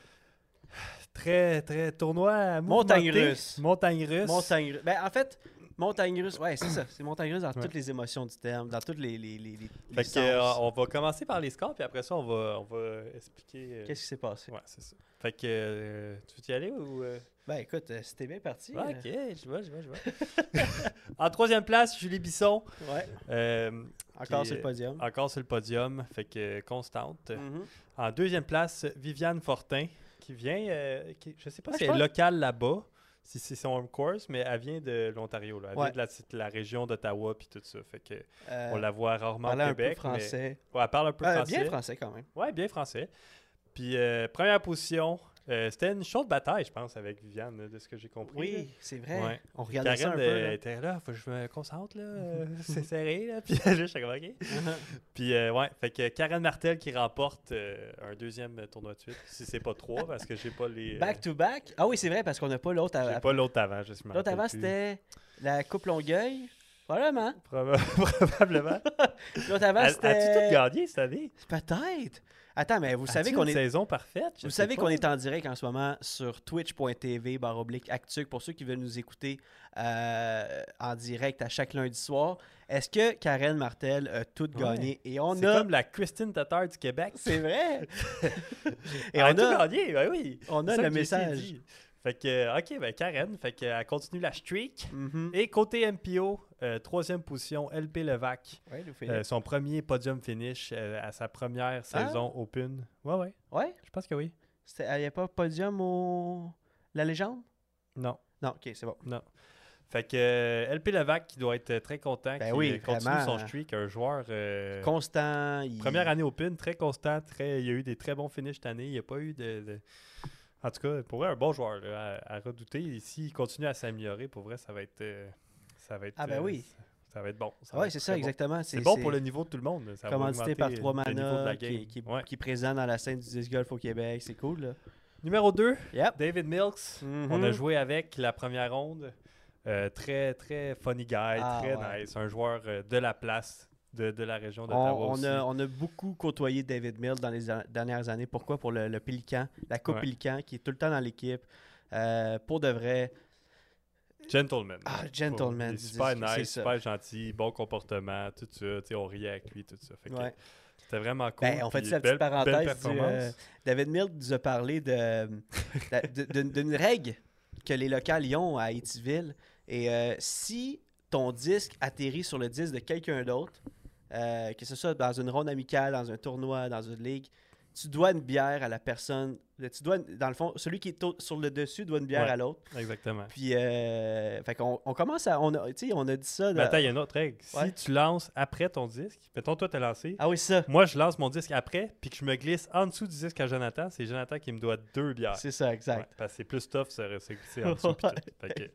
Très, très tournoi Montagne mouvementé. russe. Montagne russe. Montagne russe. Ben, en fait, montagne russe, ouais, c'est ça. C'est montagne russe dans Ouais. toutes les émotions du terme, dans toutes les. les, les, les- les Fait que, euh, sens. on va commencer par les scores, puis après ça, on va, on va expliquer. euh, Qu'est-ce qui s'est passé? Ouais, c'est ça. Fait que euh, tu veux y aller ou. euh? Ben, écoute, euh, c'était bien parti. Ouais, euh, ok, je vois, je vois, je vois. en troisième place, Julie Bisson, ouais. euh, Encore Puis, sur le euh, podium. encore sur le podium, fait que constante. Mhm. En deuxième place, Viviane Fortin, qui vient, euh, qui- je sais pas Ah, je si elle est pense- locale là-bas, si c'est son home course, mais elle vient de l'Ontario, là. Elle Ouais. vient de la, de la région d'Ottawa puis tout ça. Fait que Euh, on la voit rarement au parlait un peu Québec. mais- français. Ouais, elle parle un peu Euh, français. Bien français quand même. Ouais, bien français. Puis euh, première position, euh, c'était une chaude bataille, je pense, avec Viviane, là, de ce que j'ai compris. là. Oui, c'est vrai. Ouais. On regardait Karen ça un peu. euh, là. était là, faut que je me concentre, là. euh, c'est serré, là. Puis je suis comme, OK. Puis, euh, ouais, fait que Karen Martel qui remporte euh, un deuxième tournoi de suite, si c'est pas trois, parce que j'ai pas les. euh, Back to back. Ah oui, c'est vrai, parce qu'on n'a pas l'autre à- j'ai pas l'autre avant, je me rappelle L'autre avant, plus. c'était la Coupe Longueuil. Probablement. Proba- Probablement. L'autre avant, As- As-tu tout c'était. gagné cette année? Peut-être. Attends, mais vous savez As-tu qu'on une est. saison parfaite? Je Vous sais savez pas. qu'on est en direct en ce moment sur twitch.tv baroblique actuc pour ceux qui veulent nous écouter euh, en direct à chaque lundi soir. Est-ce que Karen Martel a tout gagné et on C'est a comme la Christine Tatar du Québec. C'est vrai. et Elle a on tout a gagné, ben oui. on C'est a ça le que JC message. dit. Fait que, euh, ok, ben Karen, fait que, euh, elle continue la streak. Mhm. Et côté MPO, euh, troisième position, LP Levac. Ouais, Lou Euh, Philippe. son premier podium finish euh, à sa première Ah. saison Open. Ouais, ouais, Ouais, je pense que oui. c'était- ah, il n'y a pas podium au la légende Non, Non, OK, c'est bon. non. Fait que euh, LP Levac qui doit être très content Ben qu'il oui, euh, continue vraiment. hein. son streak, un joueur euh, Constant, il- première année Open, très constant, très il y a eu des très bons finishes cette année, il n'y a pas eu de, de- En tout cas, pour vrai, un bon joueur là, à, à redouter. Et s'il continue à s'améliorer, pour vrai, ça va être euh, ça va être Ah, ben euh, oui. Ah Ça va être bon. va Ouais, être c'est très ça bon. exactement, C'est bon pour le niveau de tout le monde. Ça va commandité par augmenter trois le niveau de manas la qui, game. qui, Ouais. qui est présent dans la scène du disc golf au Québec, c'est cool là. Numéro 2, Yep. David Milks. Mm-hmm. On a joué avec la première ronde. Euh, très, très funny guy, Ah, très ouais. nice. Un joueur euh, de la place, de, de la région On, d'Ottawa on aussi. a, on a beaucoup côtoyé David Mills dans les an- dernières années. Pourquoi Pour le, le Pélican, la Coupe Ouais. Pélican qui est tout le temps dans l'équipe. Euh, pour de vrai, Gentleman. Ah, Pour- gentleman, il est du super disque, c'est nice, ça. super gentil, bon comportement, tout ça. Tu sais, On riait avec lui, tout ça. Fait que ouais. C'était vraiment cool. Ben, on fait puis la petite belle- belle parenthèse. du, euh, performance. David Mills nous a parlé de- de- de- d'une d'une règle que les locales y ont à Itiville. Et euh, si ton disque atterrit sur le disque de quelqu'un d'autre, euh, que ce soit dans une ronde amicale, dans un tournoi, dans une ligue, tu dois une bière à la personne. Tu dois, dans le fond, celui qui est au- sur le dessus doit une bière Ouais. à l'autre. Exactement. Puis, euh, fait qu'on on commence à. On a, tu sais, on a dit ça. Mais dans- attends, il y a une autre règle. Ouais. Si tu lances après ton disque, mettons, toi, t'as lancé. Ah oui, ça. Moi, je lance mon disque après, puis que je me glisse en dessous du disque à Jonathan. C'est Jonathan qui me doit deux bières. C'est ça, exact. Ouais, parce que c'est plus tough se se glisser en dessous. puis tout. Fait que-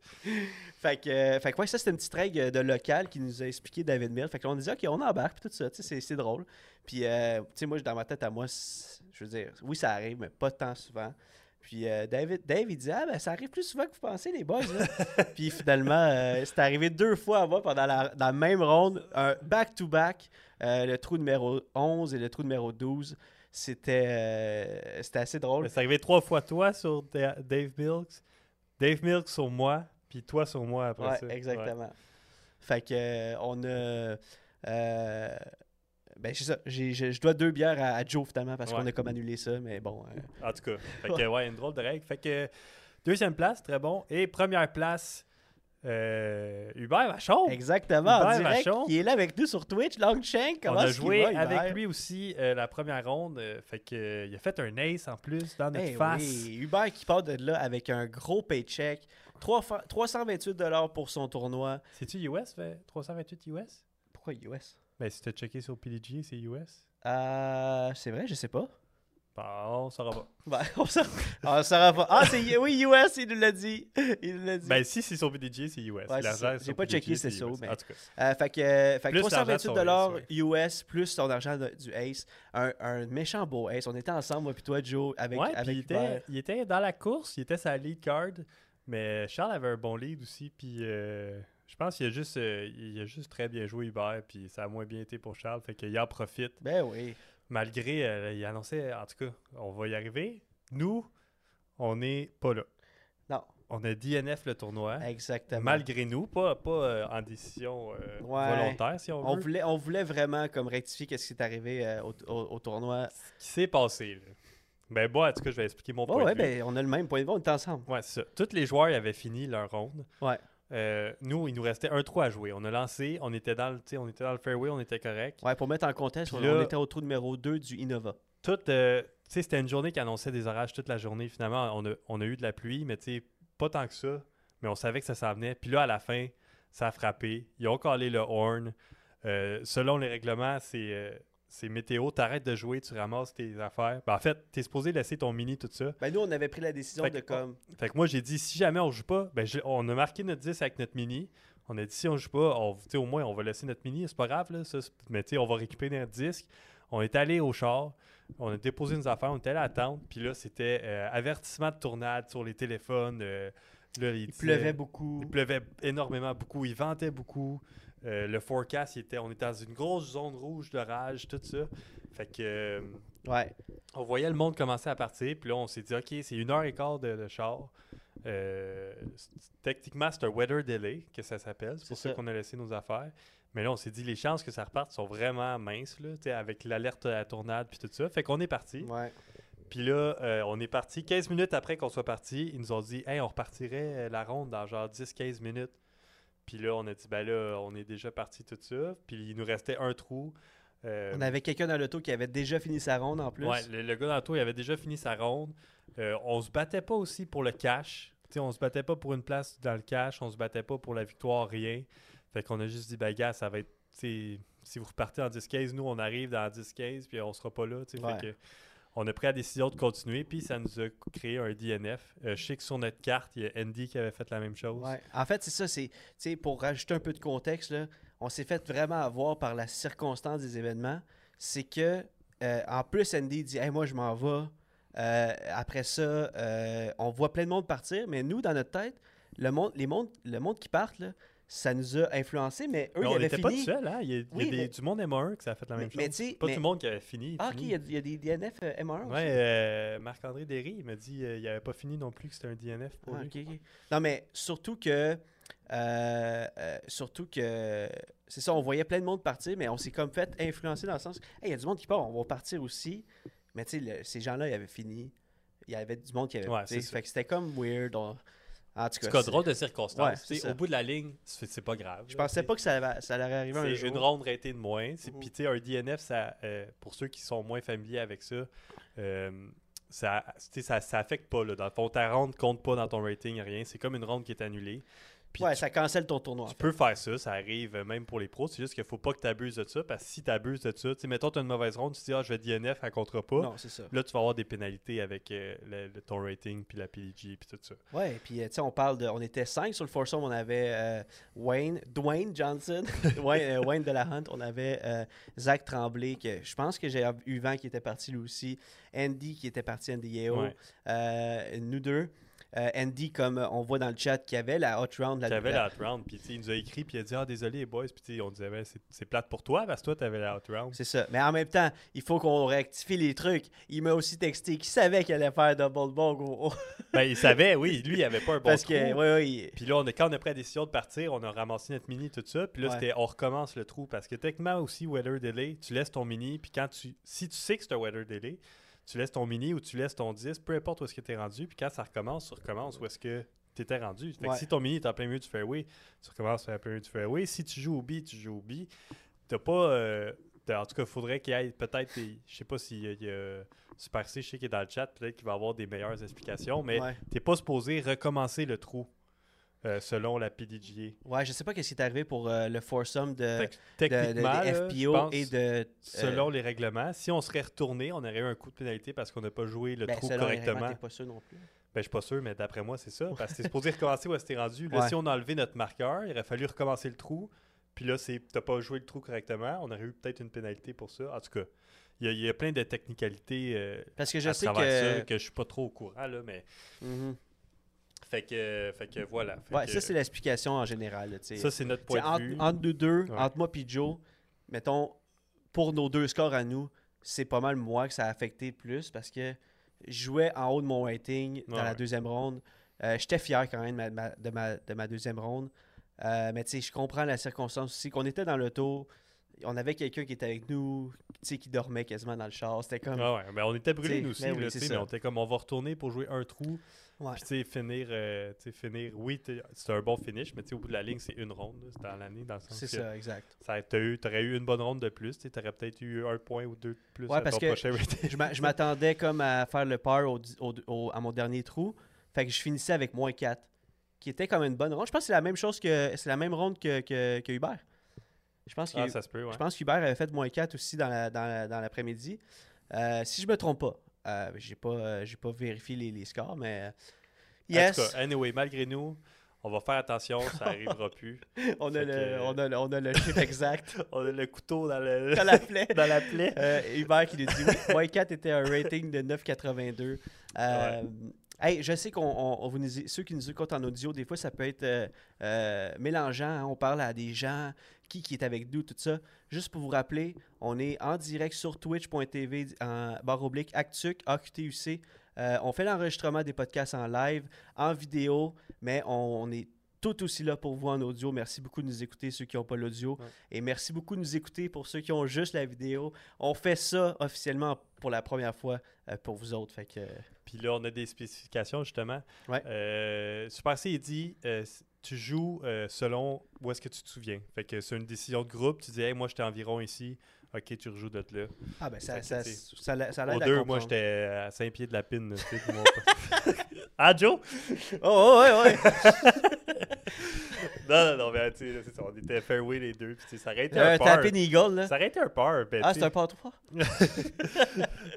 Fait que, euh, fait que ouais, ça, c'était une petite règle de local qui nous a expliqué David Mill. Fait que là, on disait, OK, on embarque, puis tout ça, tu sais, c'est- c'est drôle. Puis, euh, tu sais, moi, dans ma tête à moi, c'est- je veux dire, oui, ça arrive, mais pas tant souvent. Puis, euh, David, Dave, il dit, ah, ben, ça arrive plus souvent que vous pensez, les boys. là. puis, finalement, euh, c'est arrivé deux fois à moi pendant la, dans la même ronde, un back-to-back, euh, le trou numéro 11 et le trou numéro 12. C'était euh, c'était assez drôle. Mais C'est arrivé trois fois toi sur Da- Dave Milks, Dave Milks sur moi, puis toi sur moi après Ouais, ça. Ouais. exactement. Fait que euh, on a. euh, ben, c'est ça. J'ai- je, je dois deux bières à, à Joe finalement parce Ouais. qu'on a comme annulé ça, mais bon. euh, En tout cas, fait que, ouais, une drôle de règle. Fait que deuxième place, très bon. Et première place, euh, Hubert Vachon. exactement. En Hubert direct, Vachon. qui est là avec nous sur Twitch, Longshank. On Comment a est-ce qu'il joué va, Hubert? avec lui aussi euh, la première ronde. euh, fait que, euh, il a fait un ace en plus dans notre Eh face. oui, Hubert qui part de là avec un gros paycheck. Trois fa- 328 pour son tournoi. C'est-tu US, euh, 328 US? Pourquoi US Ben, si t'as checké sur PDG, c'est US. Euh, C'est vrai, je sais pas. Bon, on saura pas. Ben, on s'en- on saura pas. Ah, c'est oui, US, il nous l'a dit. Il nous l'a dit. Ben, si c'est sur PDG, c'est US. Ouais, L'argent c'est ça. est J'ai sur pas PDG, checké, c'est ça, US. mais- En tout cas, Euh, fait que, euh, fait que Plus l'argent de 328 son dollars Ace, US plus son argent de- du Ace, un, un méchant beau Ace. On était ensemble moi puis toi Joe avec Ouais, puis avec il, Hubert. était, il était dans la course, il était sa lead card, mais Charles avait un bon lead aussi, puis euh, je pense qu'il a juste euh, il a juste très bien joué Hubert, puis ça a moins bien été pour Charles, fait qu'il en profite. Ben oui. Malgré, euh, il annonçait, en tout cas, on va y arriver. Nous, on n'est pas là. Non, On a DNF le tournoi, exactement. malgré nous, pas, pas euh, en décision euh, Ouais. volontaire, si on, on veut. voulait, on voulait vraiment comme rectifier qu'est-ce qui est arrivé euh, au, au- au tournoi. Ce qui s'est passé, là. Ben, bon, en tout cas, je vais expliquer mon Ouais, point ouais, de vue. ben, on a le même point de vue, on est ensemble. Ouais, c'est ça. Tous les joueurs ils avaient fini leur ronde. Ouais. Euh, nous, il nous restait un trou à jouer. On a lancé, on était dans le, tu sais, on était dans le fairway, on était correct. Ouais, pour mettre en contexte, Puis on, là- on était au trou numéro 2 du Innova. Tout, euh, tu sais, c'était une journée qui annonçait des orages toute la journée. Finalement, on a, on a eu de la pluie, mais tu sais, pas tant que ça. mais on savait que ça s'en venait. Puis là, à la fin, ça a frappé. Ils ont collé le horn. Euh, selon les règlements, c'est euh, c'est météo. T'arrêtes de jouer, tu ramasses tes affaires. Ben, en fait, t'es supposé laisser ton mini, tout ça. Ben, nous, on avait pris la décision Fait de que- oh, comme. Fait que moi, j'ai dit, si jamais on joue pas, ben, je- on a marqué notre 10 avec notre mini. On a dit, si on joue pas, on, tu sais, au moins, on va laisser notre mini. C'est pas grave, là, ça, c'est- mais tu sais, on va récupérer notre disque. On est allé au char, on a déposé nos affaires, on était allé à la tente. Puis là, c'était euh, avertissement de tournade sur les téléphones. euh, là, Il disait- pleuvait beaucoup. Il pleuvait énormément beaucoup, il ventait beaucoup. Euh, le forecast, il était, on était dans une grosse zone rouge d'orage, tout ça. Fait que... euh, Ouais. on voyait le monde commencer à partir, puis là, on s'est dit, OK, c'est une heure et quart de, de char. Euh, c'est- techniquement, c'est un weather delay que ça s'appelle. C'est pour C'est ça, ça. qu'on a laissé nos affaires. Mais là, on s'est dit, les chances que ça reparte sont vraiment minces, là, tu sais, avec l'alerte à la tornade, puis tout ça. Fait qu'on est parti. Ouais. Puis là, euh, on est parti. 15 minutes après qu'on soit parti, ils nous ont dit, Hey, on repartirait euh, la ronde dans genre 10-15 minutes. Puis là, on a dit, ben là, on est déjà parti tout ça. Puis il nous restait un trou. Euh, On avait quelqu'un dans l'auto qui avait déjà fini sa ronde en plus. Ouais, le, le gars dans le tour, il avait déjà fini sa ronde. Euh, on se battait pas aussi pour le cash. T'sais, on se battait pas pour une place dans le cash. On se battait pas pour la victoire, rien. Fait qu'on a juste dit, bah, gars, ça va être. t'sais, Si vous repartez en 10-15, nous, on arrive dans 10-15, puis on sera pas là. t'sais. Fait Ouais. que on a pris la décision de continuer, puis ça nous a créé un DNF. Euh, je sais que sur notre carte, il y a Andy qui avait fait la même chose. Ouais. En fait, c'est ça, c'est tu sais, pour rajouter un peu de contexte, là, on s'est fait vraiment avoir par la circonstance des événements. C'est que, euh, en plus, Andy dit Hey, Moi, je m'en vais. Euh, après ça, euh, on voit plein de monde partir, mais nous, dans notre tête, le monde, les mondes, le monde qui partent, là, ça nous a influencés, mais eux, ils Mais on avaient n'était pas tout fini. seul, hein? Il y a, il y a Oui, des- mais- du monde M1 qui ça a fait la Mais- même mais chose. tu sais, Pas mais- tout le monde qui avait fini. Ah, ok, fini. il y, a- il y a des DNF euh, M1 aussi. Ouais, euh, Marc-André Derry, il m'a dit euh, il avait pas fini non plus que c'était un DNF pour Ah, lui. ok, ok. Non, mais surtout que. euh, euh, surtout que. C'est ça, on voyait plein de monde partir, mais on s'est comme fait influencer dans le sens. Hey, il y a du monde qui part, on va partir aussi. Mais tu sais, le- ces gens-là, ils avaient fini. Il y avait du monde qui avait. Ouais, tu sais, c'est ça. fait que c'était comme weird. on- En tout C'est cas. quoi, c'est- drôle de Ouais, circonstance. c'est Tu sais, ça. au bout de la ligne, c'est c'est pas grave. Je pensais pas que ça, allait- ça allait arriver un C'est jour. une ronde ratée de moins. C'est- Mhm. Puis, tu sais, un DNF, ça, euh, pour ceux qui sont moins familiers avec ça, euh, ça, tu sais, ça, ça affecte pas. Là. Dans le fond, ta ronde compte pas dans ton rating, rien. C'est comme une ronde qui est annulée. Puis Ouais, tu, ça cancelle ton tournoi. en tu fait. peux faire ça, ça arrive euh, même pour les pros. C'est juste qu'il faut pas que tu abuses de ça, parce que si tu abuses de ça, tu sais, mettons, tu as une mauvaise ronde, tu te dis, ah, je vais DNF, elle comptera pas. Non, c'est ça. Là, tu vas avoir des pénalités avec euh, le- le- ton rating, puis la PDG, puis tout ça. Ouais, et puis euh, tu sais, on parle de. On était cinq sur le foursome. On avait euh, Wayne, Dwayne Johnson, Wayne, euh, Wayne de la Hunt. On avait euh, Zach Tremblay, que je pense que j'ai eu vent qui était parti lui aussi. Andy qui était parti, Andy Yeo. Ouais. Euh, nous deux. Euh, Andy, comme euh, on voit dans le chat, qui avait la hot round. La, Tu avais la- la hot round, puis tu sais, il nous a écrit, puis il a dit Ah, désolé, les boys, puis tu sais, on disait Ben, c'est- C'est plate pour toi, parce que toi, tu avais la hot round. C'est ça. Mais en même temps, il faut qu'on rectifie les trucs. Il m'a aussi texté qu'il savait qu'il allait faire double bog. au- au- Ben, il savait, oui, lui, il avait pas un bon parce trou. que, ouais, ouais, il- Puis là, on a, quand on a pris la décision de partir, on a ramassé notre mini, tout ça. Puis là, Ouais. c'était on recommence le trou. Parce que techniquement aussi, weather delay, tu laisses ton mini. Puis quand tu. Si tu sais que c'est un weather delay, tu laisses ton mini ou tu laisses ton 10, peu importe où est-ce que tu es rendu. Puis quand ça recommence, tu recommences où est-ce que tu étais rendu. Fait que Ouais. si ton mini est en plein milieu du fairway, tu recommences en plein milieu du fairway. Si tu joues au B, tu joues au B. T'as pas. euh, t'as- en tout cas, faudrait qu'il y ait peut-être. des- Je sais pas si euh, il y a Super C, je sais qu'il est dans le chat, peut-être qu'il va avoir des meilleures explications, mais Ouais. t'es pas supposé recommencer le trou euh, selon la PDGA. ouais, je sais pas qu'est-ce qui est arrivé pour euh, le foursome de, de, de- des Fait que techniquement, là, je FPO pense, et de. euh, selon les règlements, si on serait retourné, on aurait eu un coup de pénalité parce qu'on n'a pas joué le Ben, trou selon les règlements, correctement. t'es pas sûr non plus. Ben, je suis pas sûr, mais d'après moi, c'est ça. Parce que c'est supposé recommencer où est-ce que t'es rendu. Là, Ouais. si on a enlevé notre marqueur, il aurait fallu recommencer le trou. Puis là, c'est t'as pas joué le trou correctement. On aurait eu peut-être une pénalité pour ça. En tout cas, il y, a- il y a plein de technicalités euh, Parce que je à sais travers que. ça que je suis pas trop au courant, là, mais... Mhm. Fait que, fait que voilà. Fait Ouais, que- ça, c'est l'explication en général. là, tu sais. ça, c'est notre Tu sais, point de vue. entre, entre nous deux, Ouais. entre moi et Joe, mettons, pour nos deux scores à nous, c'est pas mal moi que ça a affecté le plus parce que je jouais en haut de mon rating dans Ouais, la ouais. deuxième ronde. Euh, J'étais fier quand même de ma, ma- de ma- de ma deuxième ronde. Euh, mais tu sais, je comprends la circonstance aussi. Qu'on était dans l'auto, on avait quelqu'un qui était avec nous, tu sais, qui dormait quasiment dans le char. C'était comme. Ah ouais, ben on T'sais, était brûlés nous aussi, ben oui, là, c'est t'sais, ça. mais on était comme on va retourner pour jouer un trou, Ouais. puis t'sais, finir, euh, t'sais, finir, oui, t'es- c'est un bon finish, mais t'sais, au bout de la ligne, c'est une ronde, là, c'est dans l'année, dans le sens C'est que ça, exact. ça- t'as eu- t'aurais eu une bonne ronde de plus, t'sais, t'aurais peut-être eu un point ou deux de plus Ouais, à parce ton que prochain rating. je m'a- je m'attendais comme à faire le par au, di- au- au- à mon dernier trou. Fait que je finissais avec moins 4. qui était comme une bonne ronde. Je pense que c'est la même chose que c'est la même ronde que, que, que Hubert. Je pense que Ah, ça se peut, ouais. je pense qu'Hubert avait fait moins 4 aussi dans la- dans la- dans l'après-midi. Euh, si je me trompe pas, euh, j'ai pas euh, j'ai pas vérifié les, les scores, mais euh, yes, En tout cas, anyway, malgré nous, on va faire attention, ça arrivera plus. on, a fait le, que- on, a, le- on a le chiffre exact On a le couteau dans le... dans la plaie. Euh, dans la plaie. Euh, Hubert qui nous dit oui, moins 4 était un rating de 9,82. Euh, hey, je sais qu'on on- on vous nous- ceux qui nous écoutent en audio, des fois ça peut être euh, euh, mélangeant. hein. On parle à des gens, qui, qui est avec nous, tout ça. Juste pour vous rappeler, on est en direct sur twitch.tv en barre oblique Actuc, AQTUC. Euh, on fait l'enregistrement des podcasts en live, en vidéo, mais on, on est tout aussi là pour vous en audio. Merci beaucoup de nous écouter, ceux qui n'ont pas l'audio. Ouais. Et merci beaucoup de nous écouter pour ceux qui ont juste la vidéo. On fait ça officiellement pour la première fois euh, pour vous autres. Fait que, euh, Puis là, on a des spécifications, justement. Ouais. Euh, Super C, il dit euh, s- tu joues euh, selon où est-ce que tu te souviens. Fait que c'est une décision de groupe. Tu dis, hey, moi, j'étais environ ici. Ok, tu rejoues de là. ah ben ça, Fait que ça, c'est- ça, l'a- ça Au l'aide à deux, moi, comprendre. j'étais à 5 pieds de la pine. là, tu sais, pour mon pote. ah, Joe Oh, oh, ouais, ouais. Non, non, non, mais tu sais, là, c'est ça, on était fairway les deux. Puis, tu sais, ça aurait été un un par. tapin eagle, là. Ça aurait été un par. ben, Ah, tu c'est sais, un pas trois?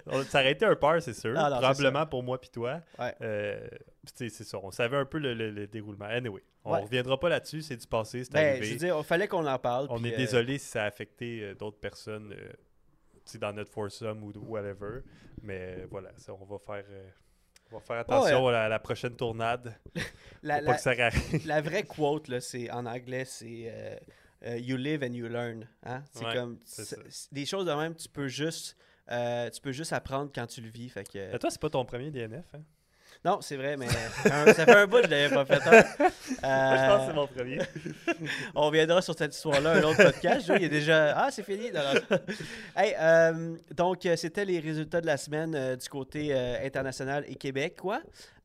on- ça aurait été un par, c'est sûr. Ah, non, c'est probablement pour moi puis toi. Ouais. Euh, puis, tu sais, c'est ça. On savait un peu le, le- le déroulement. Anyway, on Ouais. reviendra pas là-dessus. C'est du passé, c'est Ben, arrivé. je veux dire, il fallait qu'on en parle. On puis, est euh, désolé si ça a affecté euh, d'autres personnes euh, tu sais, dans notre foursome ou whatever. Mais euh, voilà, ça, on va faire. euh, on va faire attention à, la, à la prochaine tournade La, la- pour pas que ça arrive. la vraie quote, là, c'est en anglais, c'est euh, euh, You live and you learn. Hein? C'est Ouais, comme c'est c'est- ça. c'est- des choses de même, tu peux juste. euh, tu peux juste apprendre quand tu le vis. Fait que... Mais toi, c'est pas ton premier DNF. Hein? Non, c'est vrai, mais un- ça fait un bout que je l'avais pas fait. hein. Moi, je pense que c'est Euh, mon premier. on reviendra sur cette histoire-là, un autre podcast. Il est déjà. Ah, c'est fini. Non, non. Hey, euh, donc, euh, c'était les résultats de la semaine euh, du côté euh, international et Québec. Quoi?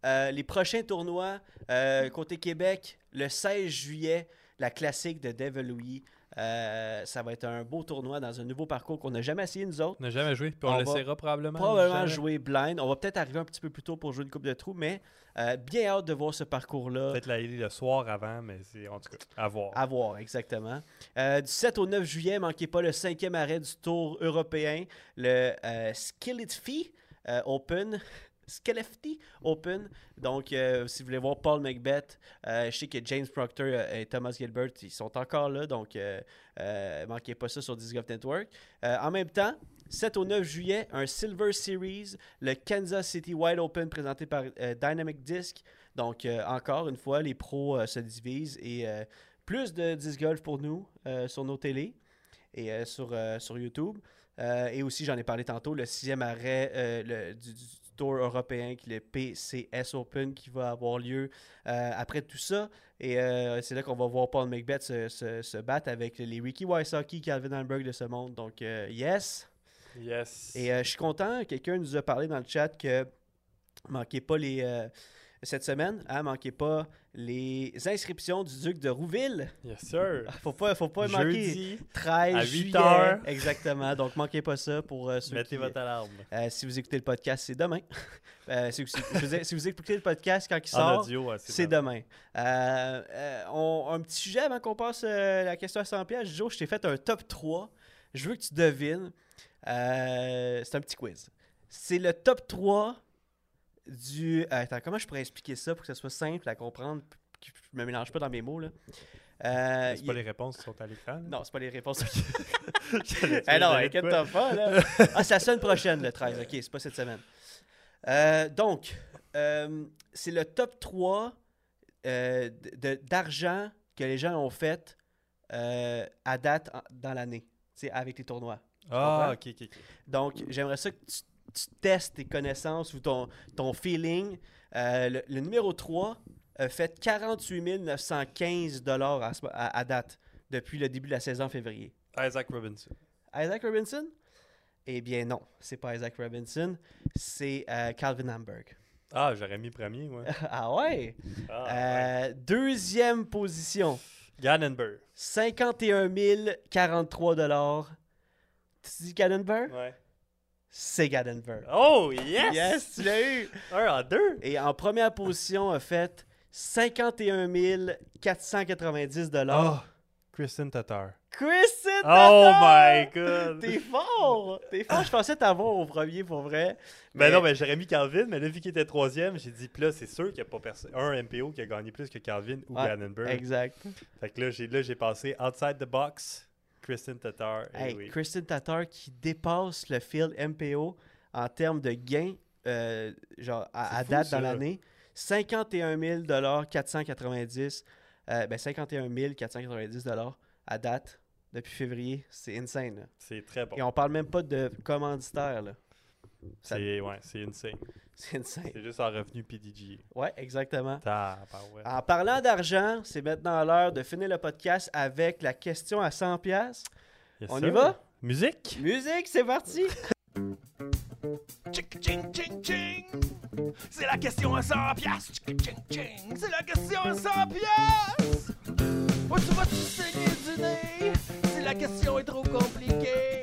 Euh, les prochains tournois, euh, côté Québec, le 16 juillet, la classique de Devil Louis. Euh, ça va être un beau tournoi dans un nouveau parcours qu'on n'a jamais essayé, nous autres. On n'a jamais joué, puis on on, On le le va saura saura probablement. Probablement jouer blind. On va peut-être arriver un petit peu plus tôt pour jouer une coupe de trous, mais euh, bien hâte de voir ce parcours-là. Peut-être l'aller le soir avant, mais c'est en tout cas, à voir. À voir, exactement. Euh, du 7 au 9 juillet, manquez pas le cinquième arrêt du tour européen, le euh, Skilletfee euh, Open. Skellefty Open. Donc, euh, si vous voulez voir Paul Macbeth, euh, je sais que James Proctor euh, et Thomas Gilbert, ils sont encore là. Donc, euh, euh, manquez pas ça sur Discord Network. Euh, en même temps, 7 au 9 juillet, un Silver Series, le Kansas City Wide Open présenté par euh, Dynamic Disc. Donc, euh, encore une fois, les pros euh, se divisent et euh, plus de 10 golf pour nous euh, sur nos télés et euh, sur, euh, sur YouTube. Euh, et aussi, j'en ai parlé tantôt, le sixième arrêt euh, le- du, du Tour européen, qui est le PCS Open, qui va avoir lieu euh, après tout ça. Et euh, c'est là qu'on va voir Paul Macbeth se, se- se battre avec les Ricky Wysocki, Calvin Hamburg de ce monde. Donc, euh, yes! Yes. Et euh, je suis content, quelqu'un nous a parlé dans le chat que manquez pas les. euh, cette semaine, hein, manquez pas les inscriptions du Duc de Rouville. Yes, sir. Ah, Faut pas, faut pas manquer. Jeudi, 13 à huit juillet. heures. Exactement. Donc, manquez pas ça pour euh, ceux mettez qui- votre alarme. euh, si vous écoutez le podcast, c'est demain. Euh, si, si- je veux dire, si vous écoutez le podcast quand il En sort, audio, ouais, c'est dans- demain. Euh, euh, on- un petit sujet avant qu'on passe euh, la question à 100 pièces. Joe, je t'ai fait un top 3. Je veux que tu devines. Euh, c'est un petit quiz. C'est le top 3 du... euh, Attends, comment je pourrais expliquer ça pour que ce soit simple à comprendre puis que je me mélange pas dans mes mots, là? Euh, C'est il- pas les réponses qui sont à l'écran. là. Non, c'est pas les réponses. J'allais Eh dire, non, j'allais de quoi. inquiète-toi pas, là. Ah, c'est la semaine prochaine, le 13. OK, c'est pas cette semaine. Euh, donc, euh, c'est le top 3 euh, de- de- d'argent que les gens ont fait euh, à date en- dans l'année, tu sais, avec les tournois. Ah, ok, ok, ok. Donc, j'aimerais ça que tu, tu testes tes connaissances ou ton, ton feeling. Euh, le, le numéro 3 a fait 48 915 à, ce mo- à- à date depuis le début de la saison en février. Isaac Robinson. Isaac Robinson? Eh bien non, c'est pas Isaac Robinson, c'est euh, Calvin Hamburg. Ah, j'aurais mis premier, moi. ah ouais? Ah, ouais. Euh, Deuxième position, Gannenberg. 51 043 dollars. Tu dis Gadenberg? Ouais. C'est Gadenberg. Oh, yes! tu l'as eu! Un en deux! Et en première position a fait 51 490 dollars. Oh, Kristen Tatar. Christine Oh Tatar! my god! T'es fort! T'es fort! Je pensais t'avoir au premier pour vrai. Ben non, ben j'aurais mis Calvin, mais là, vu qu'il était troisième, j'ai dit, pis là, c'est sûr qu'il n'y a pas personne. Un MPO qui a gagné plus que Calvin ou Ouais, Vandenberg. Exact. Fait que là, j'ai, là, j'ai passé Outside the Box, Kristen Tatar. et Hey, Eh oui. Christine Tatar qui dépasse le field MPO en termes de gains euh, genre à, C'est à fou, date ça. dans l'année. 51 490 euh, ben 51 490 à date depuis février. C'est insane. là. C'est très bon. Et on parle même pas de commanditaire. là. ça- C'est, ouais, c'est insane. C'est insane. C'est juste en revenu PDG. Ouais, exactement. Tabarouette. En parlant d'argent, c'est maintenant l'heure de finir le podcast avec la question à 100 pièces. Yes, on y sir. va? Musique? Musique, c'est parti! Tchik, tching, tching, tching. C'est la question à 100 piastres. Tchik, tching, tching. C'est la question à 100 piastres. Oh, tu vas-tu saigner du nez? Si la question est trop compliquée.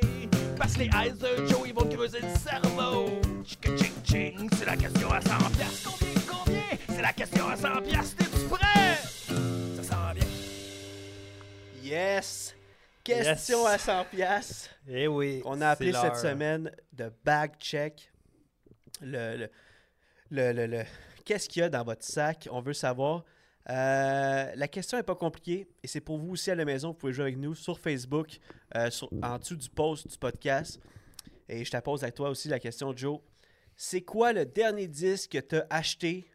Parce que les eyes de Joe, ils vont te creuser le cerveau. Tchik, tching, tching. C'est la question à 100 piastres. Combien, combien? C'est la question à 100 piastres. Es-tu prêt? Ça sent bien. Yes! Question Yes. à 100 pièces. Eh oui. On a appelé c'est cette l'heure. semaine de bag check. Le, le, le, le- le- Qu'est-ce qu'il y a dans votre sac? On veut savoir. Euh, la question n'est pas compliquée et c'est pour vous aussi à la maison. Vous pouvez jouer avec nous sur Facebook, euh, sur- en dessous du post du podcast. Et je te pose à toi aussi la question, Joe. C'est quoi le dernier disque que tu as acheté?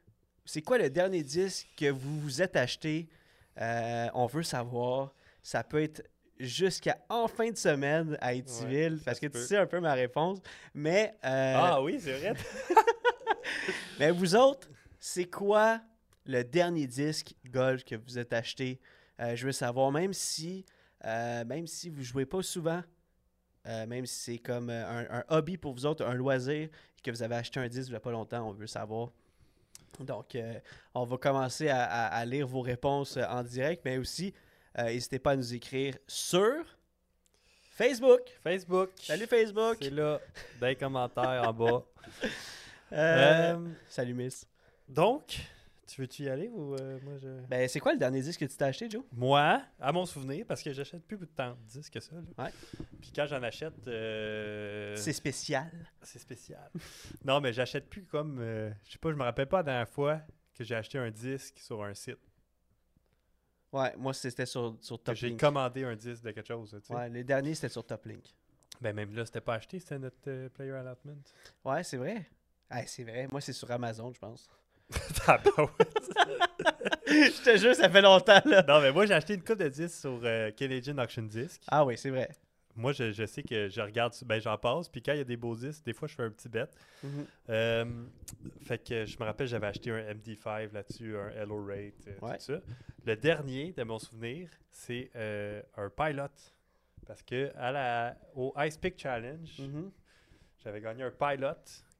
C'est quoi le dernier disque que vous vous êtes acheté? Euh, on veut savoir. Ça peut être jusqu'à en fin de semaine à Étiville, Ouais, ça parce que se tu peut. sais un peu ma réponse. Mais, euh, Ah oui, c'est vrai. mais vous autres, c'est quoi le dernier disque Gold que vous êtes acheté? Euh, je veux savoir, même si, euh, même si vous jouez pas souvent, euh, même si c'est comme euh, un, un hobby pour vous autres, un loisir, et que vous avez acheté un disque il n'y a pas longtemps, on veut savoir. Donc, euh, on va commencer à, à- à lire vos réponses euh, en direct, mais aussi, euh, n'hésitez pas à nous écrire sur Facebook. Facebook. Salut Facebook. C'est là, dans les commentaires en bas. Euh, Euh, Salut Miss. donc, tu veux-tu y aller ou euh, moi je. Ben, c'est quoi le dernier disque que tu t'as acheté, Joe? Moi, à mon souvenir, parce que j'achète plus tant de disques que ça. là. Ouais. Puis quand j'en achète, euh, C'est spécial. c'est spécial. non, mais j'achète plus comme. euh, je sais pas, je me rappelle pas la dernière fois que j'ai acheté un disque sur un site. Ouais, moi c'était sur, sur Que Top j'ai Link. commandé un disque de quelque chose. tu sais. Ouais, le dernier c'était sur Top Link. Ben même là, c'était pas acheté, c'était notre euh, player allotment. Ouais, c'est vrai. Ah, c'est vrai. Moi c'est sur Amazon, je pense. Ah, ben Tabarouette. je te jure, ça fait longtemps là. non, mais moi, j'ai acheté une coupe de disques sur euh, Canadian Auction Disc. Ah oui, c'est vrai. Moi, je, je sais que je regarde, ben j'en passe, puis quand il y a des beaux disques, des fois, je fais un petit bet. Mhm. Euh, fait que je me rappelle, j'avais acheté un MD5 là-dessus, un Hello Rate, euh, Ouais. tout ça. Le dernier, de mon souvenir, c'est euh, un Pilot. Parce que à la, au Ice Pick Challenge, Mhm. j'avais gagné un Pilot,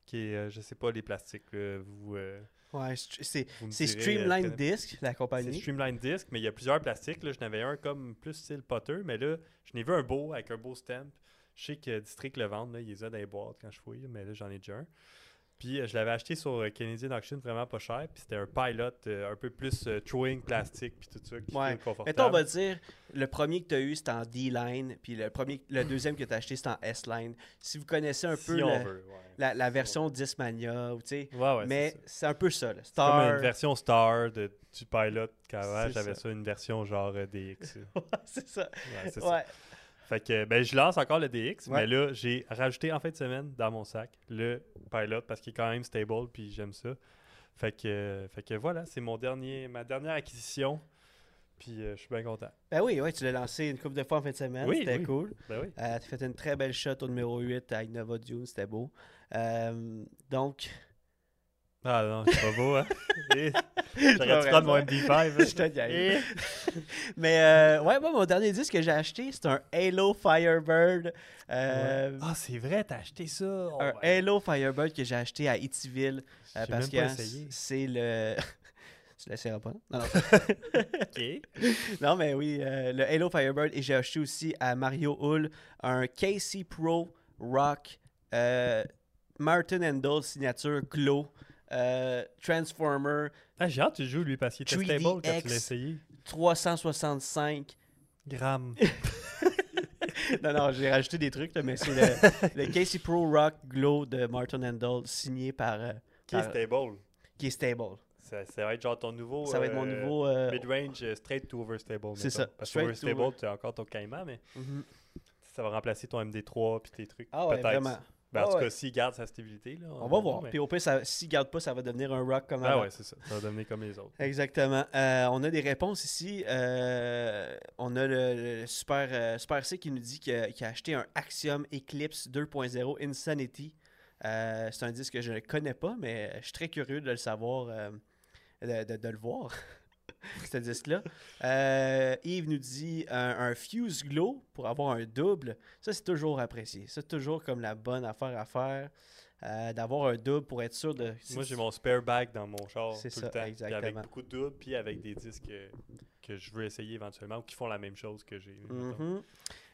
qui est, euh, je sais pas, les plastiques, là, vous... euh, Ouais, c'est- c'est vous me c'est direz, euh, Streamline connais- Disc, la c'est compagnie. Streamline Disc, mais il y a plusieurs plastiques. Là. Je n'avais un comme plus style potter, mais là, je n'ai vu un beau avec un beau stamp. Je sais que District le vend, là, il les a dans les boîtes quand je fouille, mais là, j'en ai déjà un. Puis euh, je l'avais acheté sur euh, Canadian Auction vraiment pas cher. Puis c'était un pilot euh, un peu plus euh, throwing plastique, puis tout ça, qui Ouais. feel confortable. Mettons, on va dire, le premier que tu as eu c'était en D-Line, puis le, premier, le deuxième que tu as acheté c'était en S-Line. Si vous connaissez un Si peu on la, veut, ouais. la, la version Discmania, ou tu sais. Ouais, ouais, c'est mais ça. c'est un peu ça, là. C'est Comme une Star. version star de, du pilot qu'avant, C'est j'avais ça. ça. une version genre euh, DX. là. c'est ça. Ouais, c'est ça. Ouais. Fait que ben, je lance encore le DX, Ouais. mais là, j'ai rajouté en fin de semaine dans mon sac le Pilot parce qu'il est quand même stable puis j'aime ça. Fait que, euh, fait que voilà, c'est mon dernier, ma dernière acquisition. Puis euh, je suis bien content. Ben oui, ouais, tu l'as lancé une couple de fois en fin de semaine. Oui, c'était oui. cool. Ben oui. Euh, T'as fait une très belle shot au numéro 8 à Innova Dune, c'était beau. Euh, donc, Ah non, c'est pas beau, hein? Eh, J'aurais dû Pas prendre mon vraiment. je MD5. te hein? gagne. Eh. Mais euh, ouais, moi, mon dernier disque que j'ai acheté, c'est un Halo Firebird. Euh, Ouais. Ah, c'est vrai, t'as acheté ça. Oh Un my- Halo Firebird que j'ai acheté à Itiville J'ai parce que même pas hein, essayé. c'est le. tu l'essaieras pas? Non, non. Ok. Non, mais oui, euh, le Halo Firebird. Et j'ai acheté aussi à Mario Hull un KC Pro Rock euh, Martin Handel signature Glow. euh, Transformer, Ah, j'ai hâte que tu joues, lui, parce qu'il était stable 3DX. quand tu l'as essayé. 365. Gramme. non, non, j'ai rajouté des trucs, là, mais c'est le, le Casey Pro Rock Glow de Martin Handel signé par, euh, Qui est par- stable? qui est stable. Ça, ça va être genre ton nouveau. Ça va être mon euh, nouveau. euh, Mid-range, euh, straight to overstable. C'est mettons. ça, Parce que straight to overstable, over- tu as encore ton caïman, mais mhm. ça va remplacer ton MD3 puis tes trucs. Ah ouais, Peut-être. vraiment. Ben, en Ah tout ouais. cas, s'il garde sa stabilité, là, On va voir. Ah, mais- Puis au pire, ça- s'il garde pas, ça va devenir un rock comme Ah avant. ouais, c'est ça. Ça va devenir comme les autres. Exactement. Euh, on a des réponses ici. Euh, on a le, le super, euh, super C qui nous dit que- qu'il a acheté un Axiom Eclipse 2.0 Insanity. Euh, c'est un disque que je ne connais pas, mais je suis très curieux de le savoir, euh, de, de- de le voir, ce disque-là. Euh, Yves nous dit un, un Fuse Glow pour avoir un double. Ça, c'est toujours apprécié. C'est toujours comme la bonne affaire à faire. euh, d'avoir un double pour être sûr de... Moi, j'ai mon spare bag dans mon char C'est tout ça, le temps. puis Avec exactement. beaucoup de doubles, puis avec des disques euh, que je veux essayer éventuellement ou qui font la même chose que j'ai. mettons. Mhm.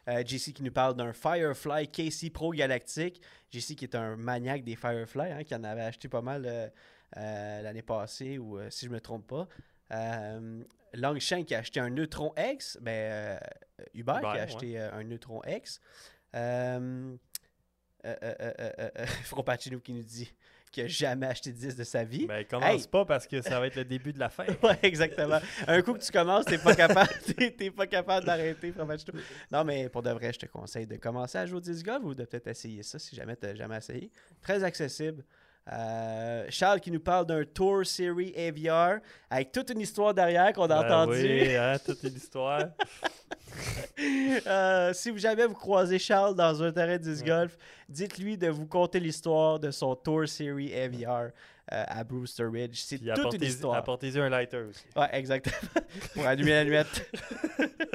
Euh, JC qui nous parle d'un Firefly KC Pro Galactic. JC qui est un maniaque des Firefly, hein, qui en avait acheté pas mal euh, euh, l'année passée, ou euh, si je me trompe pas. Euh, Longshan qui a acheté un Neutron X. Ben, euh, Hubert Hubert, qui ouais. a acheté euh, un Neutron X. Euh, euh, euh, euh, euh, euh, Fropacino qui nous dit qu'il n'a jamais acheté de 10 de sa vie. Ben, commence Hey! pas parce que ça va être le début de la fin. Ouais, exactement. Un coup que tu commences, t'es pas capable, t'es, t'es pas capable d'arrêter, Fromagito. Non, mais pour de vrai, je te conseille de commencer à jouer au disc golf ou de peut-être essayer ça si jamais t'as jamais essayé. Très accessible. Euh, Charles qui nous parle d'un Tour Series AVR avec toute une histoire derrière qu'on a Ah entendue. Oui, hein, toute une histoire. Euh, si vous jamais vous croisez Charles dans un terrain de disc golf, dites-lui de vous conter l'histoire de son Tour Series AVR euh, à Brewster Ridge. C'est Puis toute une apportez- histoire. apportez-y un lighter aussi. Ouais, exactement. Pour allumer la nuette.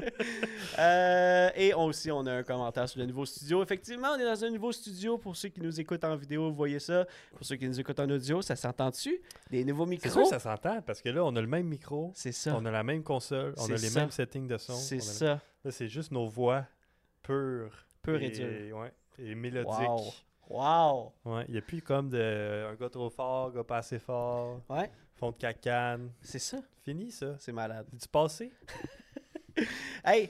Euh, et on- aussi, on a un commentaire sur le nouveau studio. Effectivement, on est dans un nouveau studio. Pour ceux qui nous écoutent en vidéo, vous voyez ça. Pour ceux qui nous écoutent en audio, ça s'entend dessus. Des nouveaux C'est sûr micros. que ça s'entend parce que là, on a le même micro, C'est ça. on a la même console, on a C'est les ça. mêmes settings de son. C'est on a- ça. Là, c'est juste nos voix pures. Pure et dure. et, ouais, et mélodiques. Wow. Wow. Ouais, il n'y a plus comme de un gars trop fort, un gars pas assez fort, Ouais, fond de cacane. c'est ça. Fini ça. C'est malade. C'est du passé. Hey,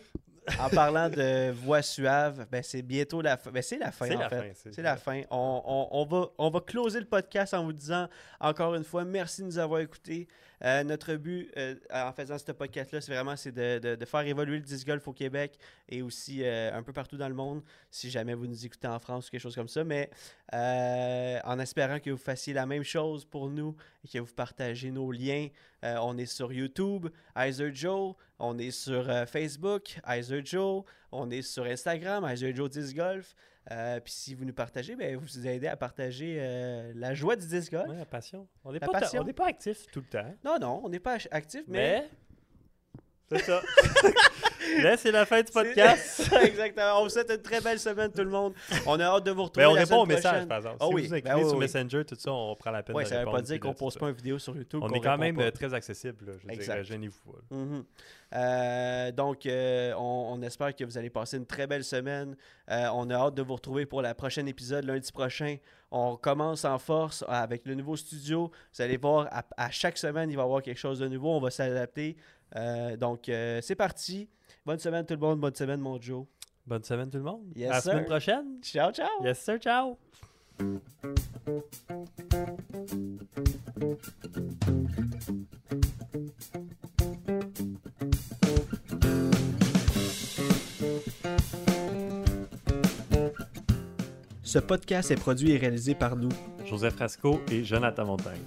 en parlant de voix suave, ben c'est bientôt la fin. Ben c'est la fin, C'est en la fait. fin, c'est- C'est la fin. On, on- on va, on va closer le podcast en vous disant, encore une fois, merci de nous avoir écoutés. Euh, notre but euh, en faisant ce podcast-là, c'est vraiment c'est de, de- de faire évoluer le disc golf au Québec et aussi euh, un peu partout dans le monde, si jamais vous nous écoutez en France ou quelque chose comme ça. Mais euh, en espérant que vous fassiez la même chose pour nous et que vous partagez nos liens. Euh, on est sur YouTube, Heiser Joe. On est sur euh, Facebook, Heiser Joe. On est sur Instagram, Heiser Joe Disc Golf. Euh, Puis si vous nous partagez, ben, vous nous aidez à partager euh, la joie du disc golf. Ouais, la passion. On n'est La pas, ta- passion. on n'est pas actif tout le temps. Non, non, on n'est pas ach- actif, mais... Mais. C'est ça. là, c'est la fin du podcast. C'est- Exactement. On vous souhaite une très belle semaine, tout le monde. On a hâte de vous retrouver Mais Ben, on la répond aux semaine messages, prochaine. par exemple. Ah si oui, vous écrivez ben oui, sur oui. Messenger, tout ça, on prend la peine Ouais, de ça veut répondre. pas dire puis qu'on là, pose c'est pas ça. une vidéo sur YouTube. On qu'on est quand répond même pas. euh, très accessible. là, Je veux Exact. dire, gênez-vous pas. là. Mhm. Euh, donc, euh, on, on espère que vous allez passer une très belle semaine. Euh, on a hâte de vous retrouver pour le prochain épisode lundi prochain. On commence en force avec le nouveau studio. Vous allez voir, à, à chaque semaine, il va y avoir quelque chose de nouveau. On va s'adapter. Euh, donc, euh, c'est parti. Bonne semaine tout le monde. Bonne semaine, mon Joe. Bonne semaine tout le monde. Yes, à la semaine sir. prochaine. Ciao, ciao. Yes sir, ciao. Ce podcast est produit et réalisé par nous. Joseph Frasco et Jonathan Montagne.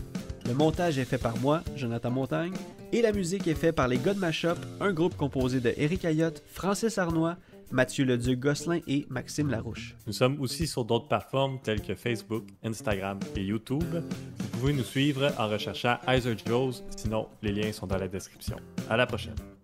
Le montage est fait par moi, Jonathan Montagne, et la musique est faite par les God Mashup, un groupe composé de Eric Ayotte, Francis Arnois, Mathieu Leduc Gosselin et Maxime Larouche. Nous sommes aussi sur d'autres plateformes telles que Facebook, Instagram et YouTube. Vous pouvez nous suivre en recherchant Heiser Joes, sinon les liens sont dans la description. À la prochaine.